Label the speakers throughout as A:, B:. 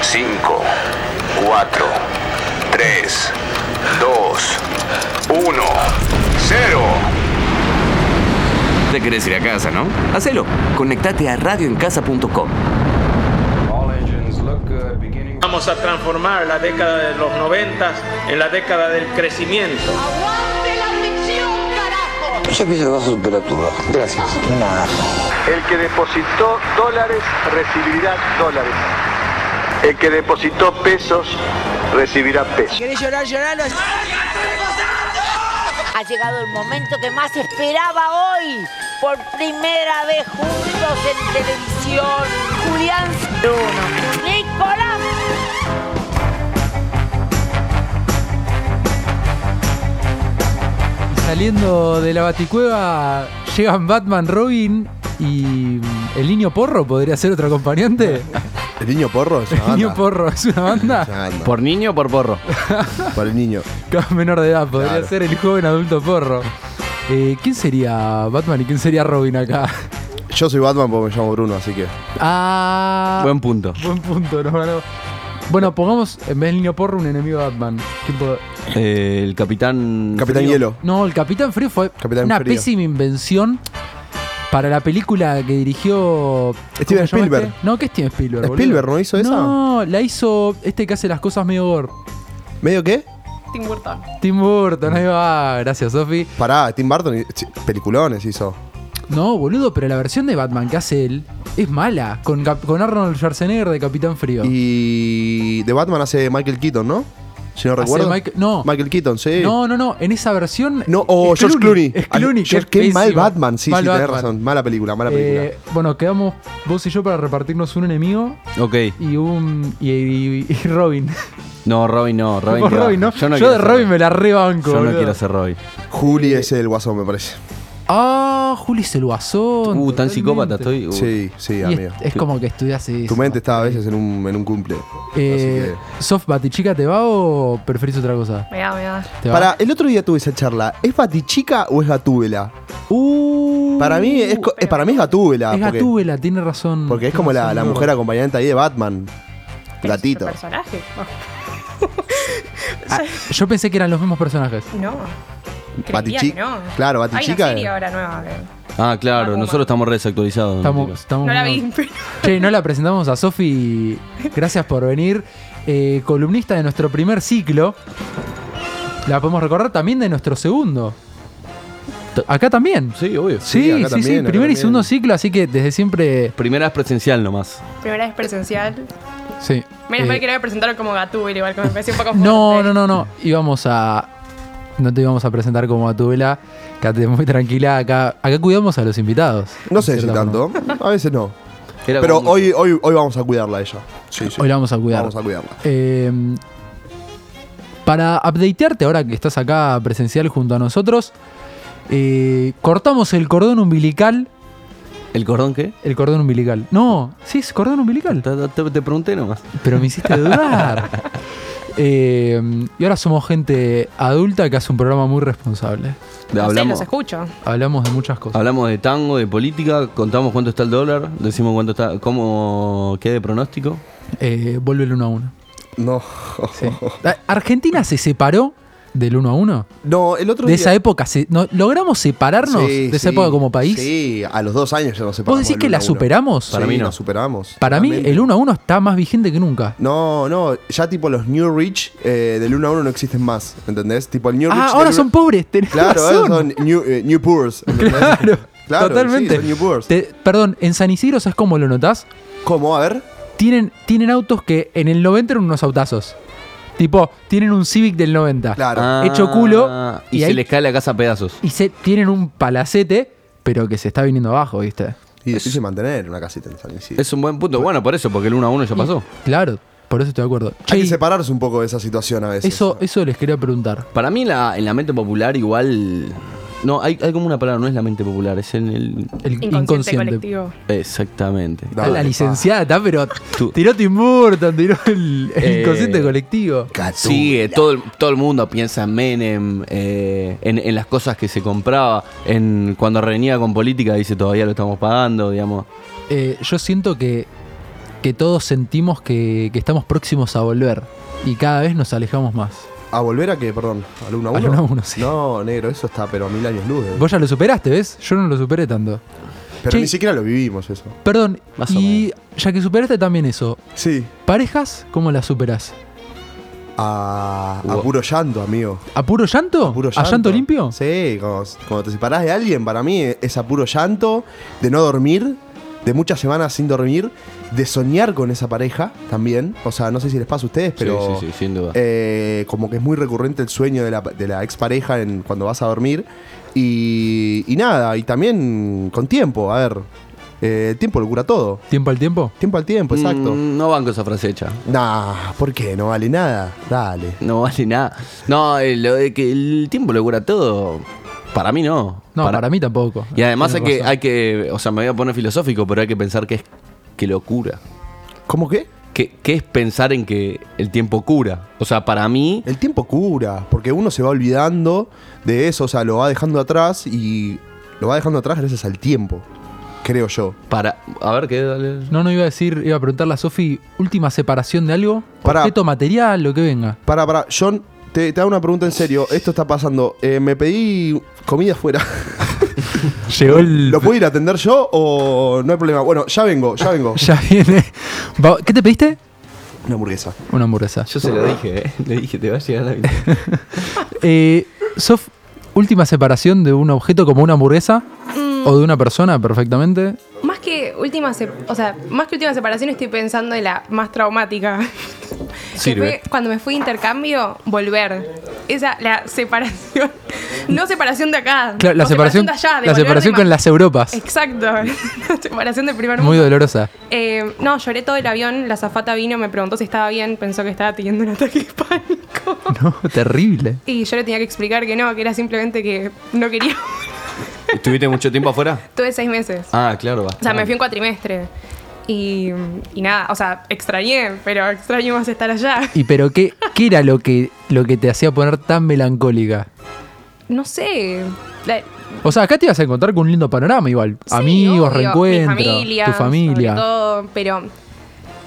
A: 5, 4, 3, 2, 1, 0.
B: Te querés ir a casa, ¿no? Hacelo. Conectate a radioencasa.com.
C: Vamos a transformar la década de los noventas en la década del crecimiento.
D: ¡Aguante la ficción, carajo!
E: Yo pienso que vas a superar tu baja. Gracias. Nada.
F: El que depositó dólares recibirá dólares. El que depositó pesos recibirá pesos.
G: ¿Querés llorar, lloralo?
H: Ha llegado el momento que más esperaba hoy. Por primera vez juntos en televisión. Julián Bruno. Nicolás.
I: Saliendo de la baticueva, llegan Batman, Robin y mm, el niño porro podría ser otro acompañante.
J: El niño porro es una
I: El niño
J: banda.
I: porro es una
J: Es una
I: banda.
J: banda.
K: ¿Por niño o por porro?
J: Para el niño.
I: Cada menor de edad podría
J: Claro.
I: ser el joven adulto porro. Eh, ¿Quién sería Batman y quién sería Robin acá?
J: Yo soy Batman porque me llamo Bruno, así que.
I: Ah,
K: Buen punto.
I: buen punto, nos ganó. Bueno, pongamos en vez del niño porro un enemigo de Batman. ¿Quién puede-
K: Eh, el capitán.
J: Capitán
K: Frío.
J: Hielo.
I: No, el Capitán Frío fue
J: Capitán
I: una
J: Frío.
I: pésima invención para la película que dirigió ¿cómo
J: Steven
I: se llama
J: Spielberg.
I: este? No, que Steven Spielberg. boludo?
J: ¿Spielberg no hizo esa?
I: No, la hizo este que hace las cosas medio gore.
J: ¿Medio qué?
L: Tim Burton.
I: Tim Burton, ahí va. Gracias, Sofi.
J: Pará, Tim Burton. y- sí, Peliculones hizo.
I: No, boludo, pero la versión de Batman que hace él es mala. Con, Cap- con Arnold Schwarzenegger de Capitán Frío.
J: Y. De Batman hace Michael Keaton, ¿no? Si no
I: Hace
J: recuerdo.
I: Mike- no.
J: Michael Keaton, sí.
I: No, no, no. En esa versión.
J: eh. No, o
I: es
J: George Clooney.
I: Es Clooney.
J: Ah, George-
I: que es
J: qué mal
I: pésimo.
J: Batman, sí,
I: Mal
J: sí, tenés
I: Batman.
J: razón. Mala película, mala película.
I: Eh, bueno, quedamos vos y yo para repartirnos un enemigo
K: Ok.
I: y un. y, y- y Robin.
K: No, Robin no. Robin,
I: Vos
K: te va.
I: Robin, ¿no? Yo,
K: quiero
I: de
K: ser
I: Robin me la rebanco.
K: Yo no
I: boludo.
K: quiero ser Robin.
J: Juli
I: eh,
J: es el guasón, me parece.
I: Ah, Juli es el guasón.
K: Uh, tan
I: totalmente.
K: psicópata estoy. uh.
J: Sí, sí,
I: Y este-
J: amigo.
I: es, es como que estudiase eso.
J: Tu mente estaba a veces en un, en un cumple.
I: Eh,
J: Así
I: ¿Soft Batichica te va o preferís otra cosa?
L: Mirá, mirá.
I: ¿Te va?
J: Para, el otro día tuve esa charla. ¿Es Batichica o es Gatúbela?
I: Uh,
J: Para mí es, co- es- para mí es Gatúbela.
I: Es
J: porque-
I: Gatúbela, tiene razón.
J: Porque es
I: tiene
J: como la,
I: razón,
J: la
I: bro.
J: mujer acompañante ahí de Batman.
L: ¿Pero es
J: Gatito.
L: otro personaje? Oh,
I: Yo pensé que eran los mismos personajes.
L: No. no. Creía
J: Batichi-
L: que no.
J: Claro, Batichica.
L: Hay una serie ahora nueva. que-
K: Ah, claro.
L: Batman.
K: Nosotros estamos re desactualizados.
I: Estamos, estamos
L: No la
I: muy-
L: vi, pero
I: Che, no la presentamos a Sofi. Gracias por venir. Eh, columnista de nuestro primer ciclo. La podemos recordar también de nuestro segundo. Acá también.
K: Sí, obvio.
I: Sí, sí,
J: acá
I: sí.
J: también,
I: primer
J: acá
I: y
J: también.
I: segundo ciclo, así que desde siempre.
K: Primera es presencial nomás.
L: primera vez presencial.
I: Sí.
L: Menos
I: Eh,
L: mal que no me presentaron como Gatúbel, igual que me pareció un poco fuerte.
I: No, no, no, no. Íbamos a. No te íbamos a presentar como a tu vela. Quédate muy tranquila. Acá, acá cuidamos a los invitados.
J: No sé si
I: ¿Cierto?
J: tanto. A veces no.
K: Era
J: Pero
K: como-
J: hoy, hoy, hoy vamos a cuidarla a ella. Sí, sí.
I: Hoy la vamos a cuidar.
J: Vamos a cuidarla.
I: Eh, para updatearte ahora que estás acá presencial junto a nosotros, eh, cortamos el cordón umbilical.
K: ¿El cordón qué?
I: El cordón umbilical. No, sí, es cordón umbilical.
K: Te, te- te pregunté nomás.
I: Pero me hiciste dudar. Eh, y ahora somos gente adulta que hace un programa muy responsable.
L: No sé,
K: hablamos,
L: los escucho.
I: Hablamos de muchas cosas.
K: hablamos de tango, de política, contamos cuánto está el dólar, decimos cuánto está, cómo qué de pronóstico.
J: Ah.
I: Eh, vuelve el 1 a 1.
J: No.
I: Sí.
J: Oh.
I: Ah, Argentina se separó del 1 a 1.
J: No, el otro
I: De
J: día.
I: esa época, se- no- ¿logramos separarnos
J: Sí,
I: de esa
J: sí,
I: época como país?
J: Sí, a los dos años ya nos
I: ¿Vos
J: separamos.
I: decís
J: del
I: que
J: uno
I: la
J: a uno.
I: superamos?
J: Para
K: Para
J: mí
K: mí
J: la
K: no.
J: superamos.
I: Para mí,
J: Totalmente.
I: el 1 a 1 está más vigente que nunca.
J: No, no, ya tipo los New Rich eh, del 1 a 1 no existen más, ¿entendés? Tipo el New Rich.
I: Ah,
J: del
I: ahora
J: uno-
I: son pobres, tenés
J: Claro, ahora
I: razón.
J: son New, eh, new Poors. ¿entendés?
I: Claro,
J: claro,
I: totalmente.
J: sí, son new Poors.
I: Te- perdón, en San Isidro, ¿sabes cómo lo notás?
J: ¿Cómo? A ver.
I: Tienen, tienen autos que en el 90 eran unos autazos. Tipo, tienen un Civic del 90.
J: Claro.
I: Hecho culo,
K: Ah, Y,
I: y
K: se
I: ahí-
K: les cae la casa a pedazos.
I: Y se, tienen un palacete, pero que se está viniendo abajo, ¿viste?
J: Y difícil mantener una casita en San Isidro.
K: Es un buen
J: Pues-
K: punto. Bueno, por eso, porque el 1 a 1 ya pasó.
I: Claro, por eso estoy de acuerdo. Che,
J: Hay que separarse un poco de esa situación a veces.
I: eso, eso les quería preguntar.
K: Para mí la, en la mente popular igual... No, hay, hay como una palabra, no es la mente popular, es en el...
I: El
L: Inconsciente,
I: inconsciente. Ah,
L: colectivo.
K: Exactamente.
J: Dale,
I: la
J: pa.
I: licenciada está, pero
K: Tú-
I: tiró Tim Burton, tiró el, el
K: Eh,
I: inconsciente colectivo.
J: Gatú.
K: Sí, eh, todo, el- todo el mundo piensa en Menem, eh, en, en las cosas que se compraba, en cuando reniega con política dice todavía lo estamos pagando, digamos.
I: Eh, yo siento que que todos sentimos que, que estamos próximos a volver y cada vez nos alejamos más.
J: Ah, ¿A volver a qué? Perdón. ¿Al 1 a 1?
I: Al 1 a 1, sí.
J: No, negro, eso está, pero a mil años luz. eh.
I: Vos ya lo superaste, ¿ves? Yo no lo superé tanto.
J: Pero
I: Che,
J: ni siquiera lo vivimos eso.
I: Perdón,
J: Más o
I: y ya que superaste también eso,
J: Sí.
I: ¿parejas cómo las superás?
J: A, a puro llanto, amigo.
I: ¿A puro llanto?
J: puro
I: ¿A llanto limpio?
J: Sí, cuando, cuando te separás de alguien, para mí es a puro llanto, de no dormir, de muchas semanas sin dormir, de soñar con esa pareja también. O sea, no sé si les pasa a ustedes, pero.
K: sí, sí, sin duda.
J: eh, como que es muy recurrente el sueño de la, de la expareja en, cuando vas a dormir. Y, y nada, y también con tiempo, a ver. eh, el tiempo lo cura todo.
I: ¿Tiempo al tiempo?
J: Tiempo al tiempo, Pues exacto.
K: Mm, no banco esa frase hecha.
J: Nah, ¿por qué? No vale nada. Dale.
K: No vale nada. No, eh, lo de que el tiempo lo cura todo. Para mí no.
I: No, para, mí tampoco.
K: Y además hay
I: Tienes
K: que,
I: razón.
K: hay que, o sea, me voy a poner filosófico, pero hay que pensar que es que lo cura.
J: ¿Cómo qué?
K: ¿Qué, qué es pensar en que el tiempo cura? O sea, para mí...
J: El tiempo cura, porque uno se va olvidando de eso, o sea, lo va dejando atrás y lo va dejando atrás gracias al tiempo, creo yo.
K: Para, a ver, ¿qué? Dale.
I: No, no iba a decir, iba a preguntarle a Sofi, última separación de algo,
J: Pará.
I: objeto material, lo que venga.
J: Para, para, John, te, te hago una pregunta en serio, esto está pasando, Eh, me pedí comida afuera,
I: Llegó el.
J: ¿lo puedo ir a atender yo o no hay problema? Bueno, ya vengo, ya vengo.
I: Ya viene. Va- ¿Qué te pediste?
J: Una hamburguesa.
I: Una hamburguesa.
K: Yo se lo dije, ¿eh? Le dije, te va a llegar la vida.
I: Eh, Sof, última separación de un objeto como una hamburguesa
L: Mm.
I: o de una persona, perfectamente.
L: Más que última, se- o sea, más que última separación estoy pensando en la más traumática. Que
K: Sirve.
L: fue cuando me fui de intercambio, volver. Esa, la separación. No separación de acá.
I: Claro, la
L: Ah, o
I: separación,
L: de allá. de
I: la
L: volver
I: separación
L: de
I: con
L: ma-
I: las Europas.
L: Exacto. La separación del primer mundo.
I: Muy dolorosa.
L: Eh, no, lloré todo el avión. La zafata vino, me preguntó si estaba bien. Pensó que estaba teniendo un ataque de pánico.
I: No, terrible.
L: Y yo le tenía que explicar que no, que era simplemente que no quería.
K: ¿Estuviste mucho tiempo afuera?
L: Tuve seis meses.
K: Ah, claro, va.
L: O sea, me fui en cuatrimestre. Y, y nada, o sea, extrañé, pero extraño más estar allá.
I: ¿Y pero qué, qué era lo que, lo que te hacía poner tan melancólica?
L: No sé. la-
I: O sea, acá te ibas a encontrar con un lindo panorama igual.
L: obvio,
I: Amigos, reencuentros,
L: mi familia,
I: tu familia.
L: sobre todo, pero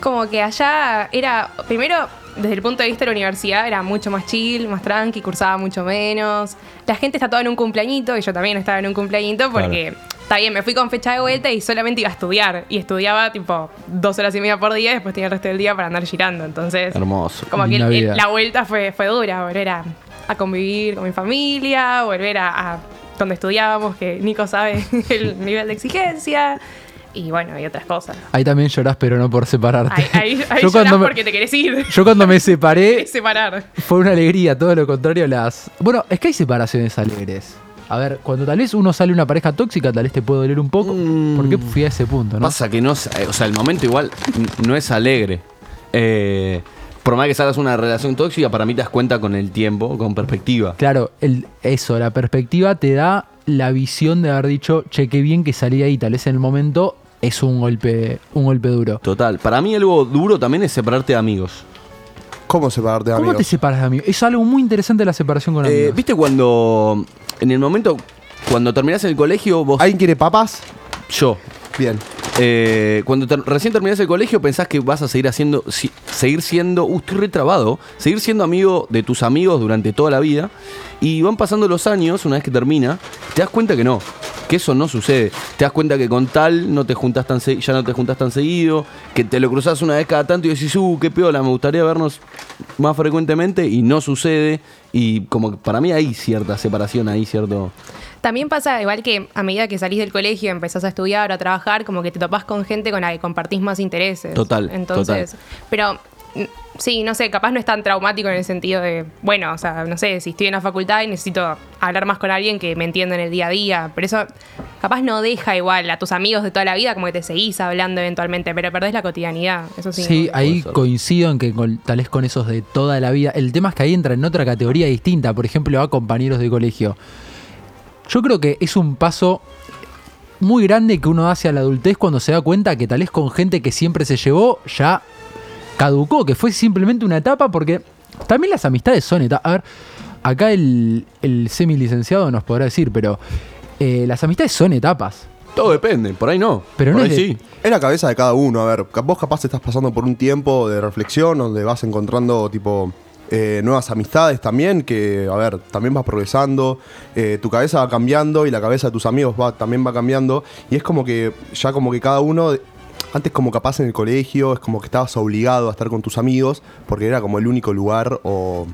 L: como que allá era, primero, desde el punto de vista de la universidad, era mucho más chill, más tranqui, cursaba mucho menos. La gente está toda en un cumpleañito y yo también estaba en un cumpleañito porque, está bien, me fui con fecha de vuelta y solamente iba a estudiar. Y estudiaba tipo dos horas y media por día, después tenía el resto del día para andar girando. Entonces,
K: Hermoso.
L: como que
I: Linda
L: el- el-
I: vida.
L: la vuelta fue, fue dura, volver a, a convivir con mi familia, volver a, a donde estudiábamos, que Nico sabe el nivel de exigencia, y bueno, y otras cosas.
I: Ahí también llorás, pero no por separarte.
L: Ahí, ahí, ahí
I: Yo
L: llorás
I: cuando me-
L: porque te querés ir.
I: Yo cuando me separé
L: Querés separar.
I: fue una alegría, todo lo contrario a las... Bueno, es que hay separaciones alegres. A ver, cuando tal vez uno sale de una pareja tóxica, tal vez te puede doler un poco. ¿Por qué fui a ese punto, no?
K: Pasa que no, es- o sea, el momento igual n- no es alegre. Eh, por más que salgas de una relación tóxica, para mí te das cuenta con el tiempo, con perspectiva.
I: Claro, el, eso, la perspectiva te da la visión de haber dicho, che, qué bien que salí ahí. Tal vez en el momento es un golpe, un golpe duro.
K: Total. Para mí algo duro también es separarte de amigos.
J: ¿Cómo separarte de
I: ¿Cómo te
J: amigos?
I: separas de amigos? Es algo muy interesante la separación con
K: Eh,
I: amigos.
K: ¿Viste cuando, en el momento, cuando terminás el colegio, vos...
J: ¿Alguien quiere papas?
K: Yo.
J: Bien.
K: Eh, cuando ter- recién terminás el colegio pensás que vas a seguir haciendo, si- seguir siendo, uh, estoy retrabado, seguir siendo amigo de tus amigos durante toda la vida y van pasando los años, una vez que termina, te das cuenta que no, que eso no sucede, te das cuenta que con tal no te juntas tan se- ya no te juntas tan seguido, que te lo cruzas una vez cada tanto y decís, uh, qué piola, me gustaría vernos más frecuentemente y no sucede y como que para mí hay cierta separación, hay cierto...
L: También pasa, igual que a medida que salís del colegio, empezás a estudiar o a trabajar, como que te topás con gente con la que compartís más intereses.
K: Total,
L: Entonces, pero n- sí, no sé, capaz no es tan traumático en el sentido de, bueno, o sea, no sé, si estoy en la facultad y necesito hablar más con alguien que me entienda en el día a día, pero eso capaz no deja igual a tus amigos de toda la vida, como que te seguís hablando eventualmente, pero perdés la cotidianidad, eso sí.
I: Sí,
L: ¿no?
I: ahí
K: Puede ser.
I: coincido en que con- tal vez con esos de toda la vida. El tema es que ahí entra en otra categoría distinta, por ejemplo, a compañeros de colegio. Yo creo que es un paso muy grande que uno hace a la adultez cuando se da cuenta que tal vez con gente que siempre se llevó ya caducó, que fue simplemente una etapa porque también las amistades son etapas. A ver, acá el, el semi licenciado nos podrá decir, pero eh, las amistades son etapas.
K: Todo depende, por ahí no.
J: Pero
K: por
J: no
K: ahí
J: es de-
K: sí.
J: Es la cabeza de cada uno. A ver, ca- vos capaz estás pasando por un tiempo de reflexión donde vas encontrando tipo eh, nuevas amistades también, que, a ver, también vas progresando, eh, tu cabeza va cambiando y la cabeza de tus amigos va, también va cambiando. Y es como que ya como que cada uno... Antes como capaz en el colegio, es como que estabas obligado a estar con tus amigos, porque era como el único lugar o,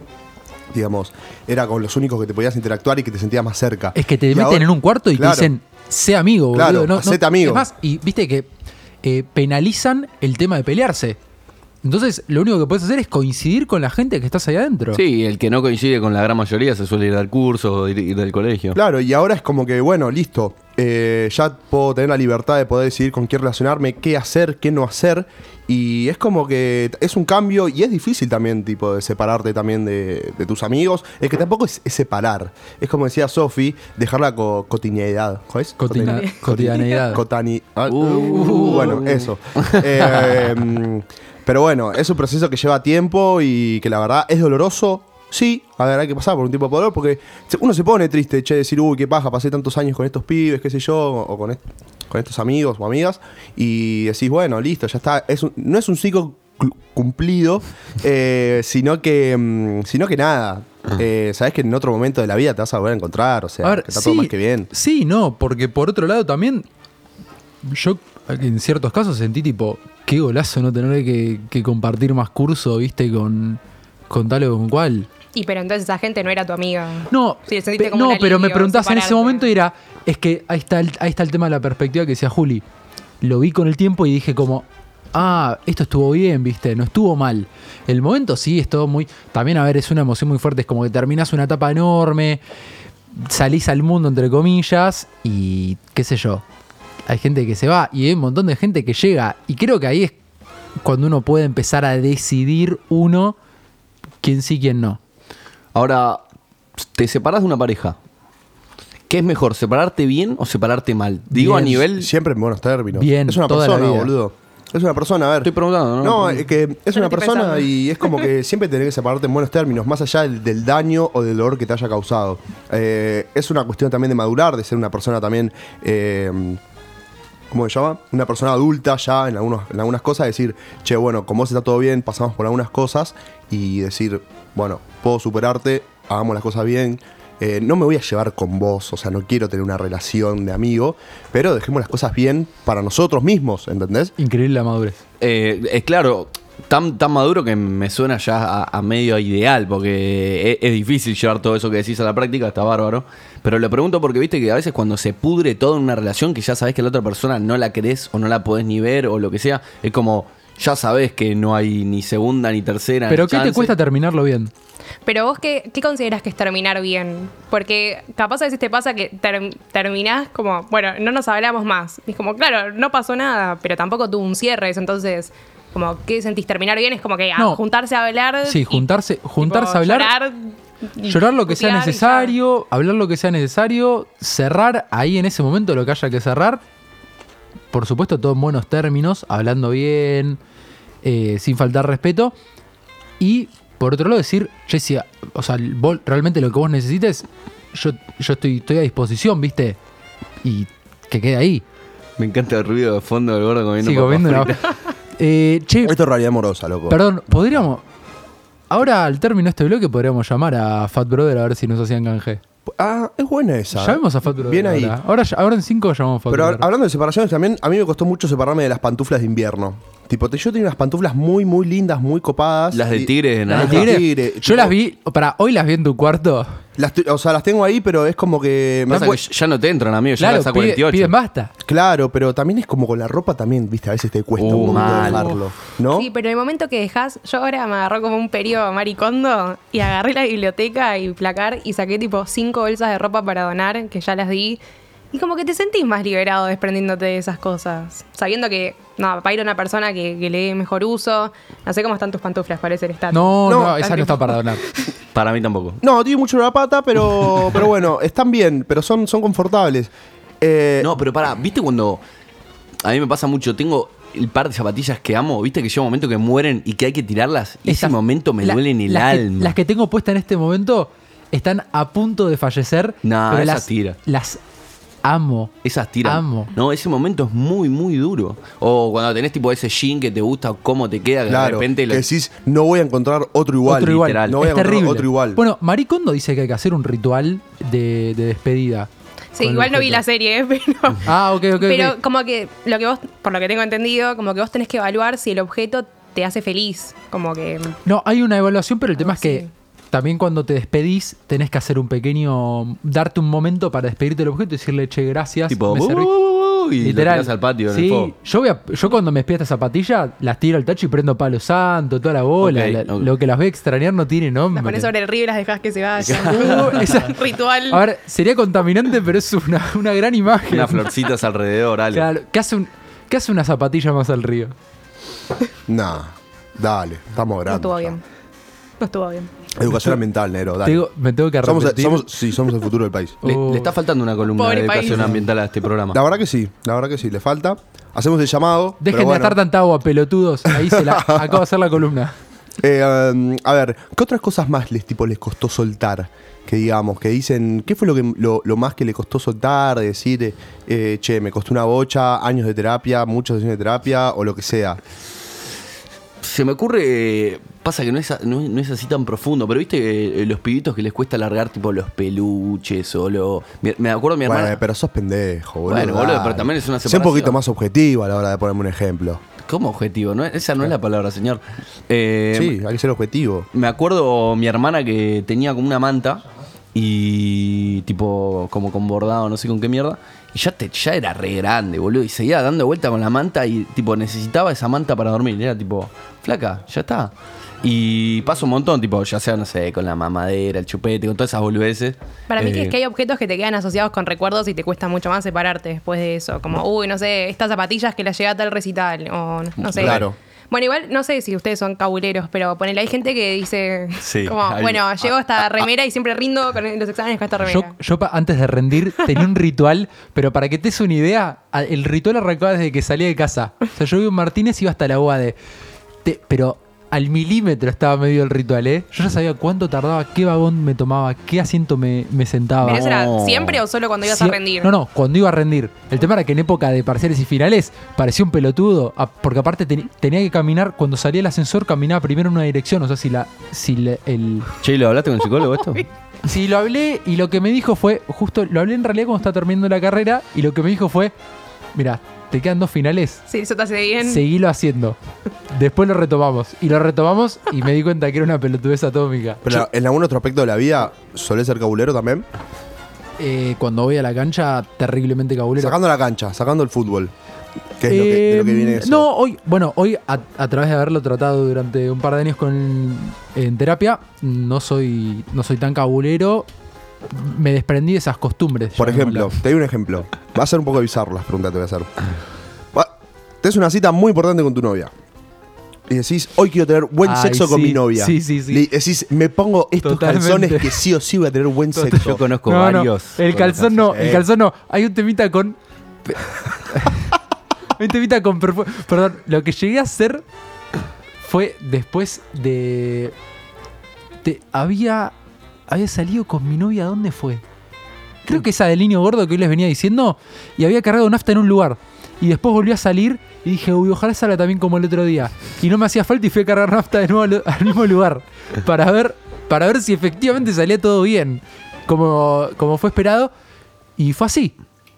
J: digamos, era con los únicos que te podías interactuar y que te sentías más cerca.
I: Es que te
J: Y
I: meten
J: ahora-
I: en un cuarto y
J: Claro.
I: te dicen, sé amigo, boludo.
J: Claro, hacete amigo.
I: Es más, y viste que eh, penalizan el tema de pelearse. Entonces, lo único que puedes hacer es coincidir con la gente que estás ahí adentro.
K: Sí, el que no coincide con la gran mayoría se suele ir al curso o ir, ir del colegio.
J: Claro, y ahora es como que, bueno, listo, eh, ya puedo tener la libertad de poder decidir con quién relacionarme, qué hacer, qué no hacer. Y es como que es un cambio y es difícil también, tipo, de separarte también de, de tus amigos. Es que tampoco es, es separar. Es como decía Sofi, dejar la co- cotidianidad. ¿Cómo es?
I: Cotina-
J: Cotidianidad.
I: cotidianeidad.
J: Cotani- ah, uh, bueno, eso. Eh, mm, pero bueno, es un proceso que lleva tiempo y que la verdad es doloroso. Sí, a ver, hay que pasar por un tiempo de dolor porque se- uno se pone triste, che, decir, uy, qué paja, pasé tantos años con estos pibes, qué sé yo, o con, est- con estos amigos o amigas, y decís, bueno, listo, ya está. Es un- no es un ciclo cl- cumplido, eh, sino, que, mm, sino que nada. Eh, Sabes que en otro momento de la vida te vas a volver a encontrar, o sea,
I: Ah. A ver,
J: que está todo
I: sí,
J: más que bien.
I: Sí, no, porque por otro lado también yo en ciertos casos sentí tipo, qué golazo no tener que, que compartir más curso, viste, con, con tal o con cual.
L: Y pero entonces esa gente no era tu amiga.
I: No,
L: Sí, sentiste
I: Pe-
L: como
I: no,
L: un
I: pero me
L: alivio
I: preguntás en ese
L: separarte.
I: momento y era, es que ahí está, el, ahí está el tema de la perspectiva que decía Juli. Lo vi con el tiempo y dije como, ah, esto estuvo bien, viste, no estuvo mal. El momento sí, es todo muy... También, a ver, es una emoción muy fuerte, es como que terminás una etapa enorme, salís al mundo, entre comillas, y qué sé yo. Hay gente que se va y hay un montón de gente que llega. Y creo que ahí es cuando uno puede empezar a decidir uno quién sí, quién no.
K: Ahora, te separás de una pareja. ¿Qué es mejor, separarte bien o separarte mal? Digo a
J: Bien.
K: nivel.
J: Siempre en buenos términos.
I: Bien,
J: Es una
I: toda la
J: persona,
I: vida.
J: boludo. Es una persona, a ver. Estoy
K: preguntando, ¿no?
J: No, es que es
K: Yo
J: una
K: estoy
J: persona
K: pensando.
J: y es como que siempre tenés que separarte en buenos términos, más allá del, del daño o del dolor que te haya causado. Eh, es una cuestión también de madurar, de ser una persona también. eh, ¿cómo se llama? Una persona adulta ya en, algunos, en algunas cosas, decir, che, bueno, como se está todo bien, pasamos por algunas cosas y decir, bueno, puedo superarte, hagamos las cosas bien. eh, no me voy a llevar con vos, o sea, no quiero tener una relación de amigo, pero dejemos las cosas bien para nosotros mismos, ¿entendés?
I: Increíble la madurez.
K: Eh, es claro, tan, tan maduro que me suena ya a, a medio ideal, porque e, es, es difícil llevar todo eso que decís a la práctica, está bárbaro. Pero lo pregunto porque viste que a veces cuando se pudre todo en una relación, que ya sabés que la otra persona no la querés o no la podés ni ver o lo que sea, es como ya sabés que no hay ni segunda ni tercera.
I: Pero
K: ni
I: ¿qué te
K: chance.
I: cuesta terminarlo bien?
L: Pero vos, qué, ¿qué consideras que es terminar bien? Porque capaz a veces te pasa que ter- terminás como, bueno, no nos hablamos más. Y es como, claro, no pasó nada, pero tampoco tuvo un cierre. eso Entonces, como, ¿qué sentís? ¿Terminar bien? Es como que a
I: No.
L: juntarse a hablar.
I: Sí, juntarse, juntarse
L: Eh, tipo,
I: a hablar, llorar,
L: Llorar, y
I: lo que sea
L: putear y ya.
I: necesario, hablar lo que sea necesario, cerrar ahí en ese momento lo que haya que cerrar. Por supuesto, todo en buenos términos, hablando bien, eh, sin faltar respeto. Y por otro lado, decir, Jesse, o sea, vos- realmente lo que vos necesites, yo, yo estoy, estoy a disposición, ¿viste? Y que quede ahí.
K: Me encanta el ruido de fondo del gordo comiendo.
I: Sí,
K: papas
I: comiendo una-
K: fritas.
I: Eh, che,
J: Esto es realidad amorosa, loco.
I: Perdón, podríamos. Ahora, al término de este bloque, podríamos llamar a Fat Brother a ver si nos hacían canje.
J: Ah, es buena esa.
I: Llamemos a Fat Brother.
J: Bien ahí.
I: Ahora, ahora, ahora en cinco llamamos a Fat
J: Pero hab-
I: Brother.
J: hablando de separaciones también, a mí me costó mucho separarme de las pantuflas de invierno. Tipo, te- yo tenía unas pantuflas muy, muy lindas, muy copadas.
K: Las del
J: Y-
K: tigre de
I: ¿Las
K: naranja.
I: de tigre?
J: tigre,
I: Yo
J: tipo-
I: las vi, para hoy las vi en tu cuarto.
J: Las tu- o sea, las tengo ahí, pero es como que. me
K: Pasa
J: han
K: que ya no te entran, amigo, ya
I: Claro,
K: las a
I: pide-
K: 48.
I: piden basta.
J: pu- claro, pero también es como con la ropa también, viste, a veces te cuesta
K: Uh,
J: un poco
K: mal.
J: dejarlo. ¿No?
L: Sí, pero el momento que dejas, yo ahora me agarró como un periodo maricondo y agarré la biblioteca y placar y saqué tipo cinco bolsas de ropa para donar, que ya las di. Y como que te sentís más liberado desprendiéndote de esas cosas. Sabiendo que, no, para ir a una persona que, que le dé mejor uso. No sé cómo están tus pantuflas, parece el estatus.
I: No, no,
J: No,
I: esa no está para donar.
K: Para mí tampoco.
J: No, tiene mucho la pata, pero, pero bueno, están bien, pero son, son confortables. Eh,
K: No, pero para, ¿viste cuando a mí me pasa mucho? Tengo el par de zapatillas que amo, ¿viste que llega un momento que mueren y que hay que tirarlas? Y ese
I: Esas-
K: momento me
I: la-
K: duele en el
I: las que-
K: alma.
I: las que tengo puestas en este momento están a punto de fallecer.
K: Nah,
I: pero
K: esa
I: las,
K: tira.
I: Las Amo.
K: Esas tiras.
I: Amo.
K: No, ese momento es muy, muy duro. O cuando tenés tipo ese jean que te gusta, cómo te queda, que de
J: Claro,
K: repente lo-
J: que decís, no voy a encontrar otro igual.
I: otro igual.
J: No voy
I: es
J: a encontrar
I: terrible.
J: otro igual.
I: Bueno, Maricondo dice que hay que hacer un ritual de, de despedida.
L: Sí,
I: con el
L: igual no vi
I: objeto.
L: la serie, ¿eh? pero.
I: Ah, ok, ok. ok.
L: Pero como que lo que vos, por lo que tengo entendido, como que vos tenés que evaluar si el objeto te hace feliz. Como que.
I: No, hay una evaluación, pero el tema es que
L: Ah, sí.
I: también cuando te despedís, tenés que hacer un pequeño. darte un momento para despedirte del objeto y decirle, che, gracias.
K: Tipo,
I: me
K: "Uh,
I: serví".
K: uh, uh", y lo tirás al patio. en el
I: Sí,
K: fuego.
I: yo, voy a- yo cuando me espía esta zapatilla, las tiro al tacho y prendo palo santo, toda la bola.
K: Ok,
I: la-
K: ok.
I: Lo que las ve extrañar no tiene nombre.
L: Las pones sobre el río y las dejás que se vayan.
I: Uh, esa-
L: Ritual.
I: A ver, sería contaminante, pero es una, una gran imagen.
K: Unas florcitas alrededor, Ale.
I: Claro, ¿qué hace, un- qué hace una zapatilla más al río?
J: Nah, dale, estamos
L: no
J: grandes.
L: estuvo
J: ya.
L: bien. No estuvo bien.
J: Educación ambiental, Nero, dale.
I: Te digo, me tengo que
J: somos,
I: arrepentir.
J: somos- sí, somos el futuro del país.
K: Le,
I: Oh.
K: le está faltando una columna
L: Pobre
K: de educación
L: país.
K: ambiental a este programa.
J: La verdad que sí, la verdad que sí, le falta. Hacemos el llamado.
I: Dejen
J: pero
I: de
J: bueno.
I: atar tanta agua, pelotudos. Ahí se la acabo de hacer la columna.
J: Eh, um, a ver, ¿qué otras cosas más les, tipo, les costó soltar? Que digamos, que dicen, ¿qué fue lo, que, lo, lo más que le costó soltar? De decir, eh, eh, che, me costó una bocha, años de terapia, muchas sesiones de terapia, o lo que sea.
K: Se me ocurre, eh, pasa que no es, a- no, es- no es así tan profundo, pero viste eh, los pibitos que les cuesta largar tipo los peluches o lo... mi- Me acuerdo mi
J: Bueno,
K: hermana...
J: pero sos pendejo, boludo.
K: Bueno, boludo,
J: dale.
K: pero también es una
J: Sé un poquito
K: separación.
J: más objetivo a la hora de ponerme un ejemplo.
K: ¿Cómo objetivo? No, esa no es la palabra, señor. Eh,
J: sí, hay que ser objetivo.
K: Me acuerdo mi hermana que tenía como una manta y tipo como con bordado, no sé con qué mierda. Y ya, te, ya era re grande, boludo. Y seguía dando vuelta con la manta y tipo necesitaba esa manta para dormir. Era tipo, flaca, ya está. Y pasa un montón, tipo, ya sea, no sé, con la mamadera, el chupete, con todas esas boludeces.
L: Para mí que
K: Eh,
L: es que hay objetos que te quedan asociados con recuerdos y te cuesta mucho más separarte después de eso. Como, uy, no sé, estas zapatillas que las llevé a tal recital. O no- no sé.
J: Claro.
L: Bueno, igual no sé si ustedes son cabuleros, pero ponele, hay gente que dice,
K: Sí,
L: como,
K: hay-
L: bueno,
K: ah,
L: llego a esta remera y siempre rindo con los exámenes con esta
I: Yo,
L: remera.
I: yo pa- antes de rendir tenía un ritual, pero para que te des una idea, a- el ritual arrancaba desde que salí de casa. O sea, yo vivo en Martínez iba hasta la UADE. Te- pero al milímetro estaba medio el ritual, ¿eh? Yo ya sabía cuánto tardaba, qué vagón me tomaba, qué asiento me, me sentaba.
L: ¿Pero eso era
K: No.
L: siempre o solo cuando ibas
I: Sie-
L: a rendir?
I: No, no, cuando iba a rendir. El tema era que en época de parciales y finales parecía un pelotudo, a- porque aparte teni- tenía que caminar, cuando salía el ascensor caminaba primero en una dirección, o sea, si la... Si la- el,
K: Che, ¿lo hablaste con el psicólogo esto?
I: si lo hablé y lo que me dijo fue, justo lo hablé en realidad cuando estaba terminando la carrera, y lo que me dijo fue, mira, te quedan dos finales,
L: Sí, eso te hace bien.
I: seguilo haciendo. Después lo retomamos. Y lo retomamos y me di cuenta que era una pelotudez atómica.
J: Pero en algún otro aspecto de la vida, ¿solés ser cabulero también?
I: Eh, cuando voy a la cancha, terriblemente cabulero.
J: Sacando la cancha, sacando el fútbol. Que es lo que, de lo que
I: Eh,
J: viene eso.
I: No, hoy, bueno, hoy a, a través de haberlo tratado durante un par de años con, en terapia, no soy, no soy tan cabulero. Me desprendí de esas costumbres.
J: Por
I: llamémosla.
J: ejemplo, te doy un ejemplo. Va a ser un poco bizarro las preguntas que te voy a hacer. Va- Tenés una cita muy importante con tu novia. Y decís, hoy quiero tener buen
I: Ay,
J: sexo con
I: sí,
J: mi novia.
I: sí, sí, sí.
J: Le decís, me pongo estos
I: Totalmente.
J: calzones que sí o sí voy a tener buen
K: Yo
J: sexo.
K: conozco
I: No, no,
K: varios.
I: el calzón no,
J: Eh.
I: el calzón no. Hay un temita con. Hay un temita con. perfu- Perdón, lo que llegué a hacer fue después de. te- había. Había salido con mi novia, ¿a ¿dónde fue? Creo que esa del niño gordo que hoy les venía diciendo. Y había cargado nafta en un lugar. Y después volvió a salir y dije, uy, ojalá salga también como el otro día. Y no me hacía falta y fui a cargar nafta de nuevo al, al mismo lugar. Para ver, para ver si efectivamente salía todo bien. Como, como fue esperado. Y fue así.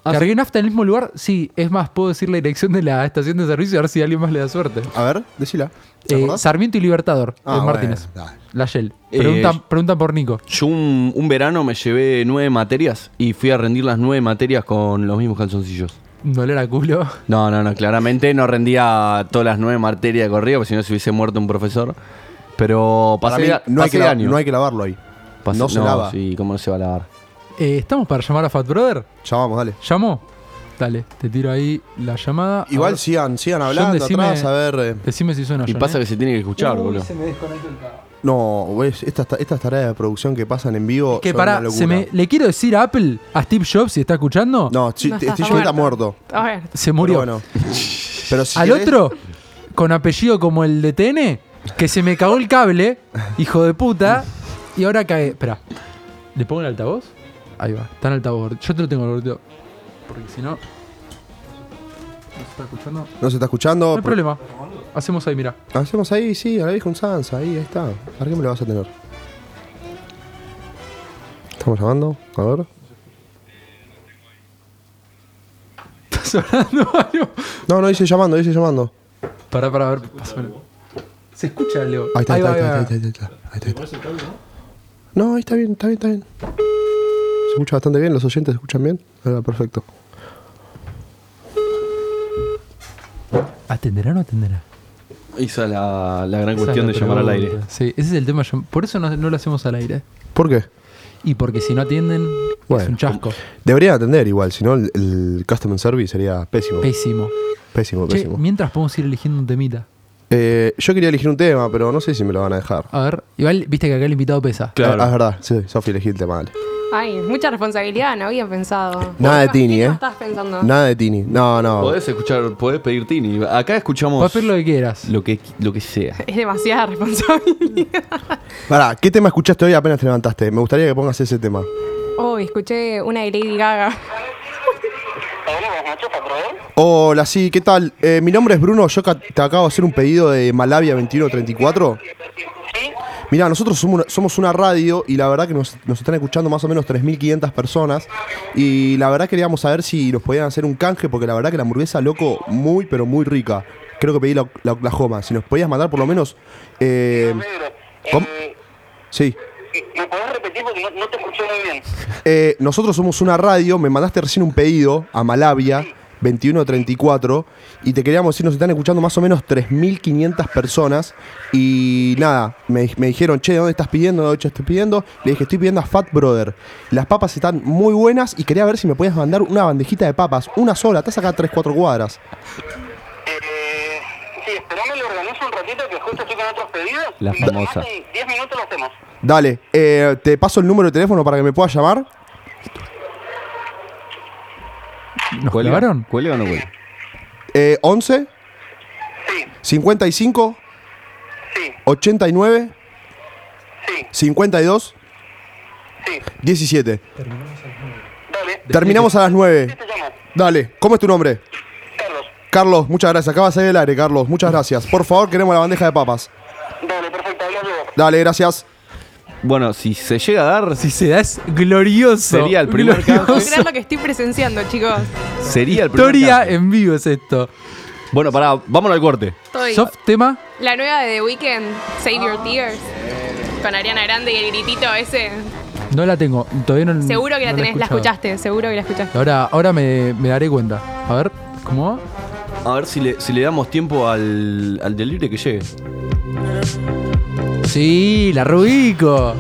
K: Ah,
I: Cargué nafta en el mismo lugar. Sí, es más, puedo decir la dirección de la estación de servicio a ver si alguien más le da suerte.
J: A ver, decila. ¿Te
I: Eh,
J: acordás?
I: Sarmiento y Libertador,
J: Ah,
I: en Martínez.
J: bueno, dale.
I: La Shell.
K: Eh,
I: Preguntan, preguntan por Nico.
K: Yo un, un verano me llevé nueve materias y fui a rendir las nueve materias con los mismos calzoncillos.
I: Dolor a culo.
K: No, no, no, claramente no rendía todas las nueve materias de corrido, porque si no se hubiese muerto un profesor. Pero
J: Para
K: pasé,
J: mí, no, hay
K: pasé
J: que la-
K: año.
J: no hay que lavarlo ahí.
K: Pasé-
J: no se lava.
K: Sí, ¿cómo no se va a lavar?
I: Eh, ¿Estamos para llamar a Fat Brother?
J: Ya vamos, dale.
I: ¿Llamó? Dale, te tiro ahí la llamada. A
J: Igual
I: ver,
J: sigan, sigan
I: John,
J: hablando
I: decime-
J: atrás, a ver. eh.
I: Decime si suena
K: Y
I: John,
K: pasa
I: ¿eh?
K: que se tiene que escuchar, boludo.
J: No, ves, estas ta- estas tareas de producción que pasan en vivo.
I: Que
J: son
I: pará,
J: una
I: se
J: locura.
I: me, le quiero decir a Apple, a Steve Jobs, si está escuchando,
J: No, chi-
L: No,
J: Steve
L: está
J: Jobs está muerto.
L: A ver,
I: se murió.
J: Pero bueno. Pero si
I: Al
J: querés-
I: otro, con apellido como el de TN, que se me cagó el cable, hijo de puta, y ahora cae. Espera, ¿le pongo el altavoz? Ahí va, está en altavoz. Yo te lo tengo, Roberto. Porque si no. ¿No se está escuchando?
J: ¿No se está escuchando?
K: Oh,
I: No hay problema. Hacemos ahí, mira.
J: Hacemos ahí, sí, a la vieja un Sansa, ahí, ahí está. ¿Para qué me lo vas a tener? Estamos llamando, a ver.
I: ¿Estás hablando, Mario?
J: No, no, dice llamando, dice llamando.
I: Pará, pará, a ver. pásamelo. Se escucha, Leo.
J: Ahí está, ahí
I: va,
J: está, ahí
I: va,
J: está, ahí está, ahí está, ahí está, ahí está. No, ahí está bien, está bien, está bien. Se escucha bastante bien, los oyentes se escuchan bien. Ahora, perfecto.
I: ¿Atenderá o no atenderá?
K: Esa es la, la gran
I: Esa
K: cuestión de
I: es la
K: llamar al aire.
I: pregunta. Sí, ese es el tema. llam- Por eso no, no lo hacemos al aire.
J: ¿Por qué?
I: Y porque si no atienden, es un chasco.
J: Debería atender igual, si no el, el customer service sería pésimo.
I: Pésimo.
J: Pésimo,
I: Che,
J: pésimo.
I: mientras podemos ir eligiendo un temita.
J: Eh, yo quería elegir un tema, pero no sé si me lo van a dejar.
I: A ver, igual viste que acá el invitado pesa.
J: Ah, es verdad, sí, Sofi, elegí el tema, dale.
L: Ay, mucha responsabilidad, no había pensado.
J: Nada de
L: ¿Qué
J: Tini, ¿eh?
L: estás pensando?
J: Nada de Tini. No, no.
K: Podés escuchar, podés pedir Tini. Acá escuchamos. Podés pedir
I: lo que quieras.
K: Lo que, lo que sea.
L: Es demasiada responsabilidad.
J: Pará, ¿qué tema escuchaste hoy apenas te levantaste? Me gustaría que pongas ese tema.
L: Oh, escuché una de Lady Gaga.
J: Hola, sí, ¿qué tal? Eh, mi nombre es Bruno, yo ca- te acabo de hacer un pedido de Malavia 2134. Mira, nosotros somos una, somos una radio y la verdad que nos, nos están escuchando más o menos 3.500 personas y la verdad queríamos saber si nos podían hacer un canje porque la verdad que la hamburguesa, loco, muy pero muy rica. Creo que pedí la, la Oklahoma, si nos podías mandar por lo menos... eh, ¿cómo?
L: Eh,
J: Sí.
G: ¿Me podés repetir porque no, no te escuché muy bien?
J: Eh, nosotros somos una radio, me mandaste recién un pedido a Malavia 2134 y te queríamos decir, nos están escuchando más o menos 3.500 personas y nada, me, me dijeron, che, ¿dónde estás pidiendo? ¿Dónde estás pidiendo? Le dije, estoy pidiendo a Fat Brother. Las papas están muy buenas y quería ver si me podías mandar una bandejita de papas, una sola, estás acá a 3-4 cuadras.
G: Eh, Sí, esperame, lo organizo un ratito que justo estoy con otros pedidos.
J: La
G: Si me llamás
J: famosa.
G: en 10 minutos lo hacemos.
J: Dale, eh, te paso el número de teléfono para que me puedas llamar.
I: ¿Nos
J: clavaron?
K: ¿Cuelga o no cuelga?
J: Eh, 11 55 89 52 17 Terminamos a las 9. Dale, ¿cómo es tu nombre? Carlos. Carlos, muchas gracias. Acabas de salir del aire, Carlos. Muchas gracias. Por favor, queremos la bandeja de papas. Dale, gracias.
K: Bueno, si se llega a dar. Si
I: se da, es glorioso.
K: Sería el primer
L: No puedo
K: canje.
L: creer lo que estoy presenciando, chicos.
K: Sería el primer
I: Historia en vivo es esto.
K: Bueno, pará, vámonos al corte.
L: Estoy-
I: Soft tema.
L: La nueva de The Weeknd, Save Your Tears. Con Ariana Grande y el gritito ese.
I: No la tengo. Todavía no
L: Seguro que la
I: Mm, no he
L: tenés, la
I: escuchado.
L: escuchaste, seguro que la escuchaste.
I: Ahora, ahora me, me daré cuenta. A ver, ¿cómo va?
K: A ver si le, si le damos tiempo al, al del libre que llegue.
I: Sí, la rubico.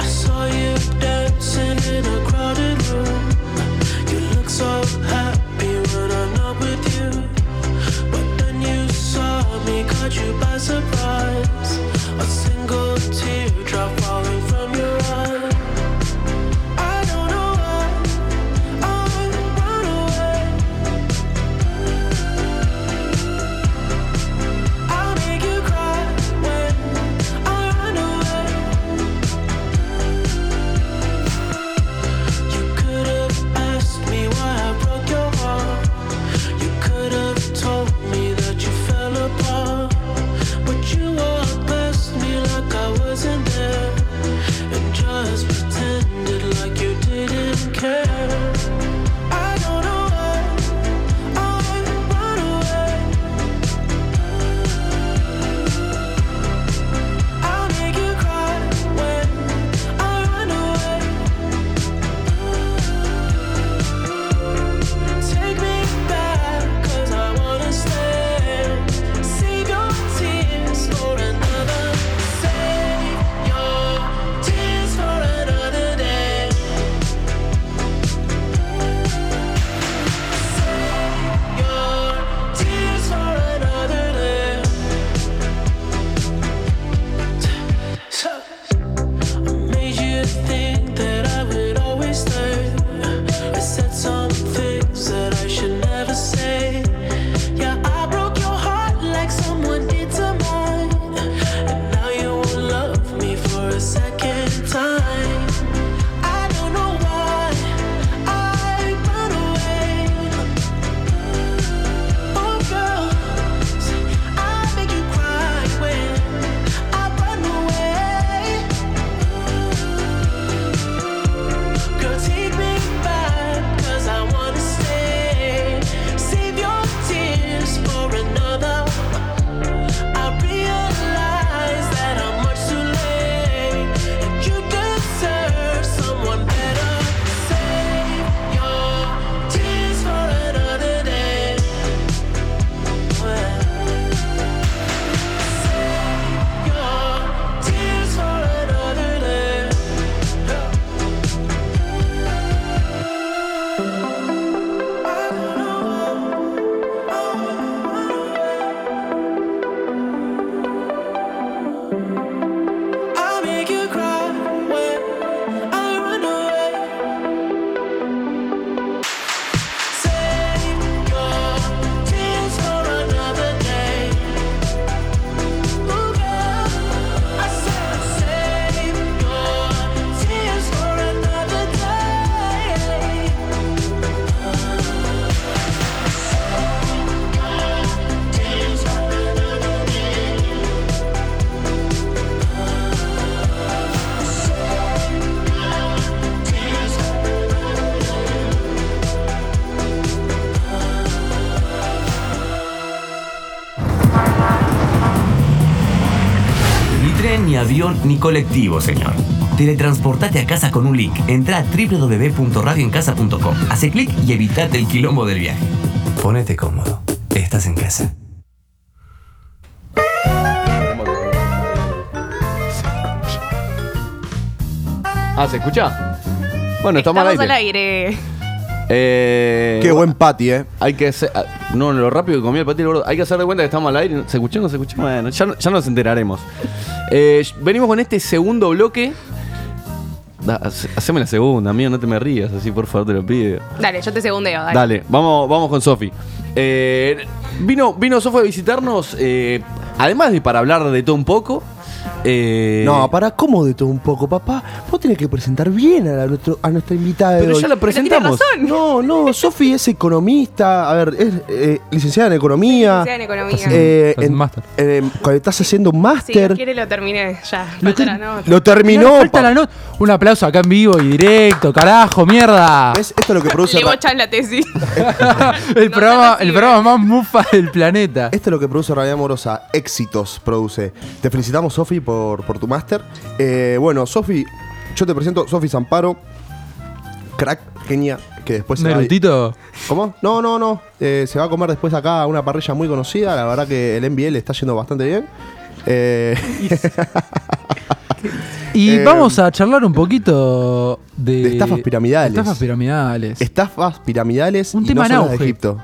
M: I saw you dancing in a crowded room. You look so happy when I'm not with you. But then you saw me, caught you by surprise. A single teardrop falling from your eye. I don't know why I run away. I'll make you cry when I run away.
K: Oh,
N: tren, ni avión, ni colectivo, señor. Teletransportate a casa con un link. Entra a www.radioencasa.com. Hace clic y evitate el quilombo del viaje. Ponete cómodo. Estás en casa.
K: Ah, ¿se escucha? Bueno, estamos,
L: Estamos
K: al aire. Eh,
J: Qué buen pati, eh.
K: Hay que hacer. ah, No, lo rápido que comió el pati, gordo. Hay que hacer de cuenta que estamos al aire. ¿Se escuchó o no se escuchó? Bueno, ya, no- ya nos enteraremos. Eh, venimos con este segundo bloque. Da, hace- haceme la segunda, amigo, no te me rías así, por favor, te lo pido.
L: Dale, yo te segundeo, dale.
K: Dale, vamos, vamos con Sofi. Eh, vino vino Sofi a visitarnos, eh, además de para hablar de todo un poco. eh,
E: No, para cómo de todo un poco, papá. Vos tenés que presentar bien a, la- nuestro- a nuestra invitada de
J: Pero
E: hoy.
J: ya la Pero tiene presentamos. razón.
E: No, no, Sofi es economista. A ver, es eh, licenciada en
L: Sí,
E: economía.
L: licenciada en economía.
E: Eh,
L: Estás en
E: en- eh, cuando estás haciendo un
L: Si Dios
E: máster.
L: quiere lo terminé, ya. falta la nota.
I: terminó. Falta la nota. Un aplauso acá en vivo y directo, carajo, mierda.
J: ¿Ves? Esto es lo que produce.
L: Le bochan la tesis.
I: el, programa, el programa más mufa del planeta.
J: Esto es lo que produce Realidad Amorosa. Éxitos produce. Te felicitamos, Sofi, por, por tu máster. Eh, bueno, Sofi, yo te presento Sofi Zamparo. Crack, genia, que después se va a-
I: ¿Nerutito?
J: ¿Cómo? No, no, no. Eh, se va a comer después acá a una parrilla muy conocida. La verdad que el NBL le está yendo bastante bien. Eh,
I: Y
J: Eh,
I: vamos a charlar un poquito de.
J: de estafas piramidales.
I: Estafas piramidales.
J: Estafas piramidales.
I: Un
J: y
I: tema
J: no
I: en
J: son las de
I: auge.
J: Egipto.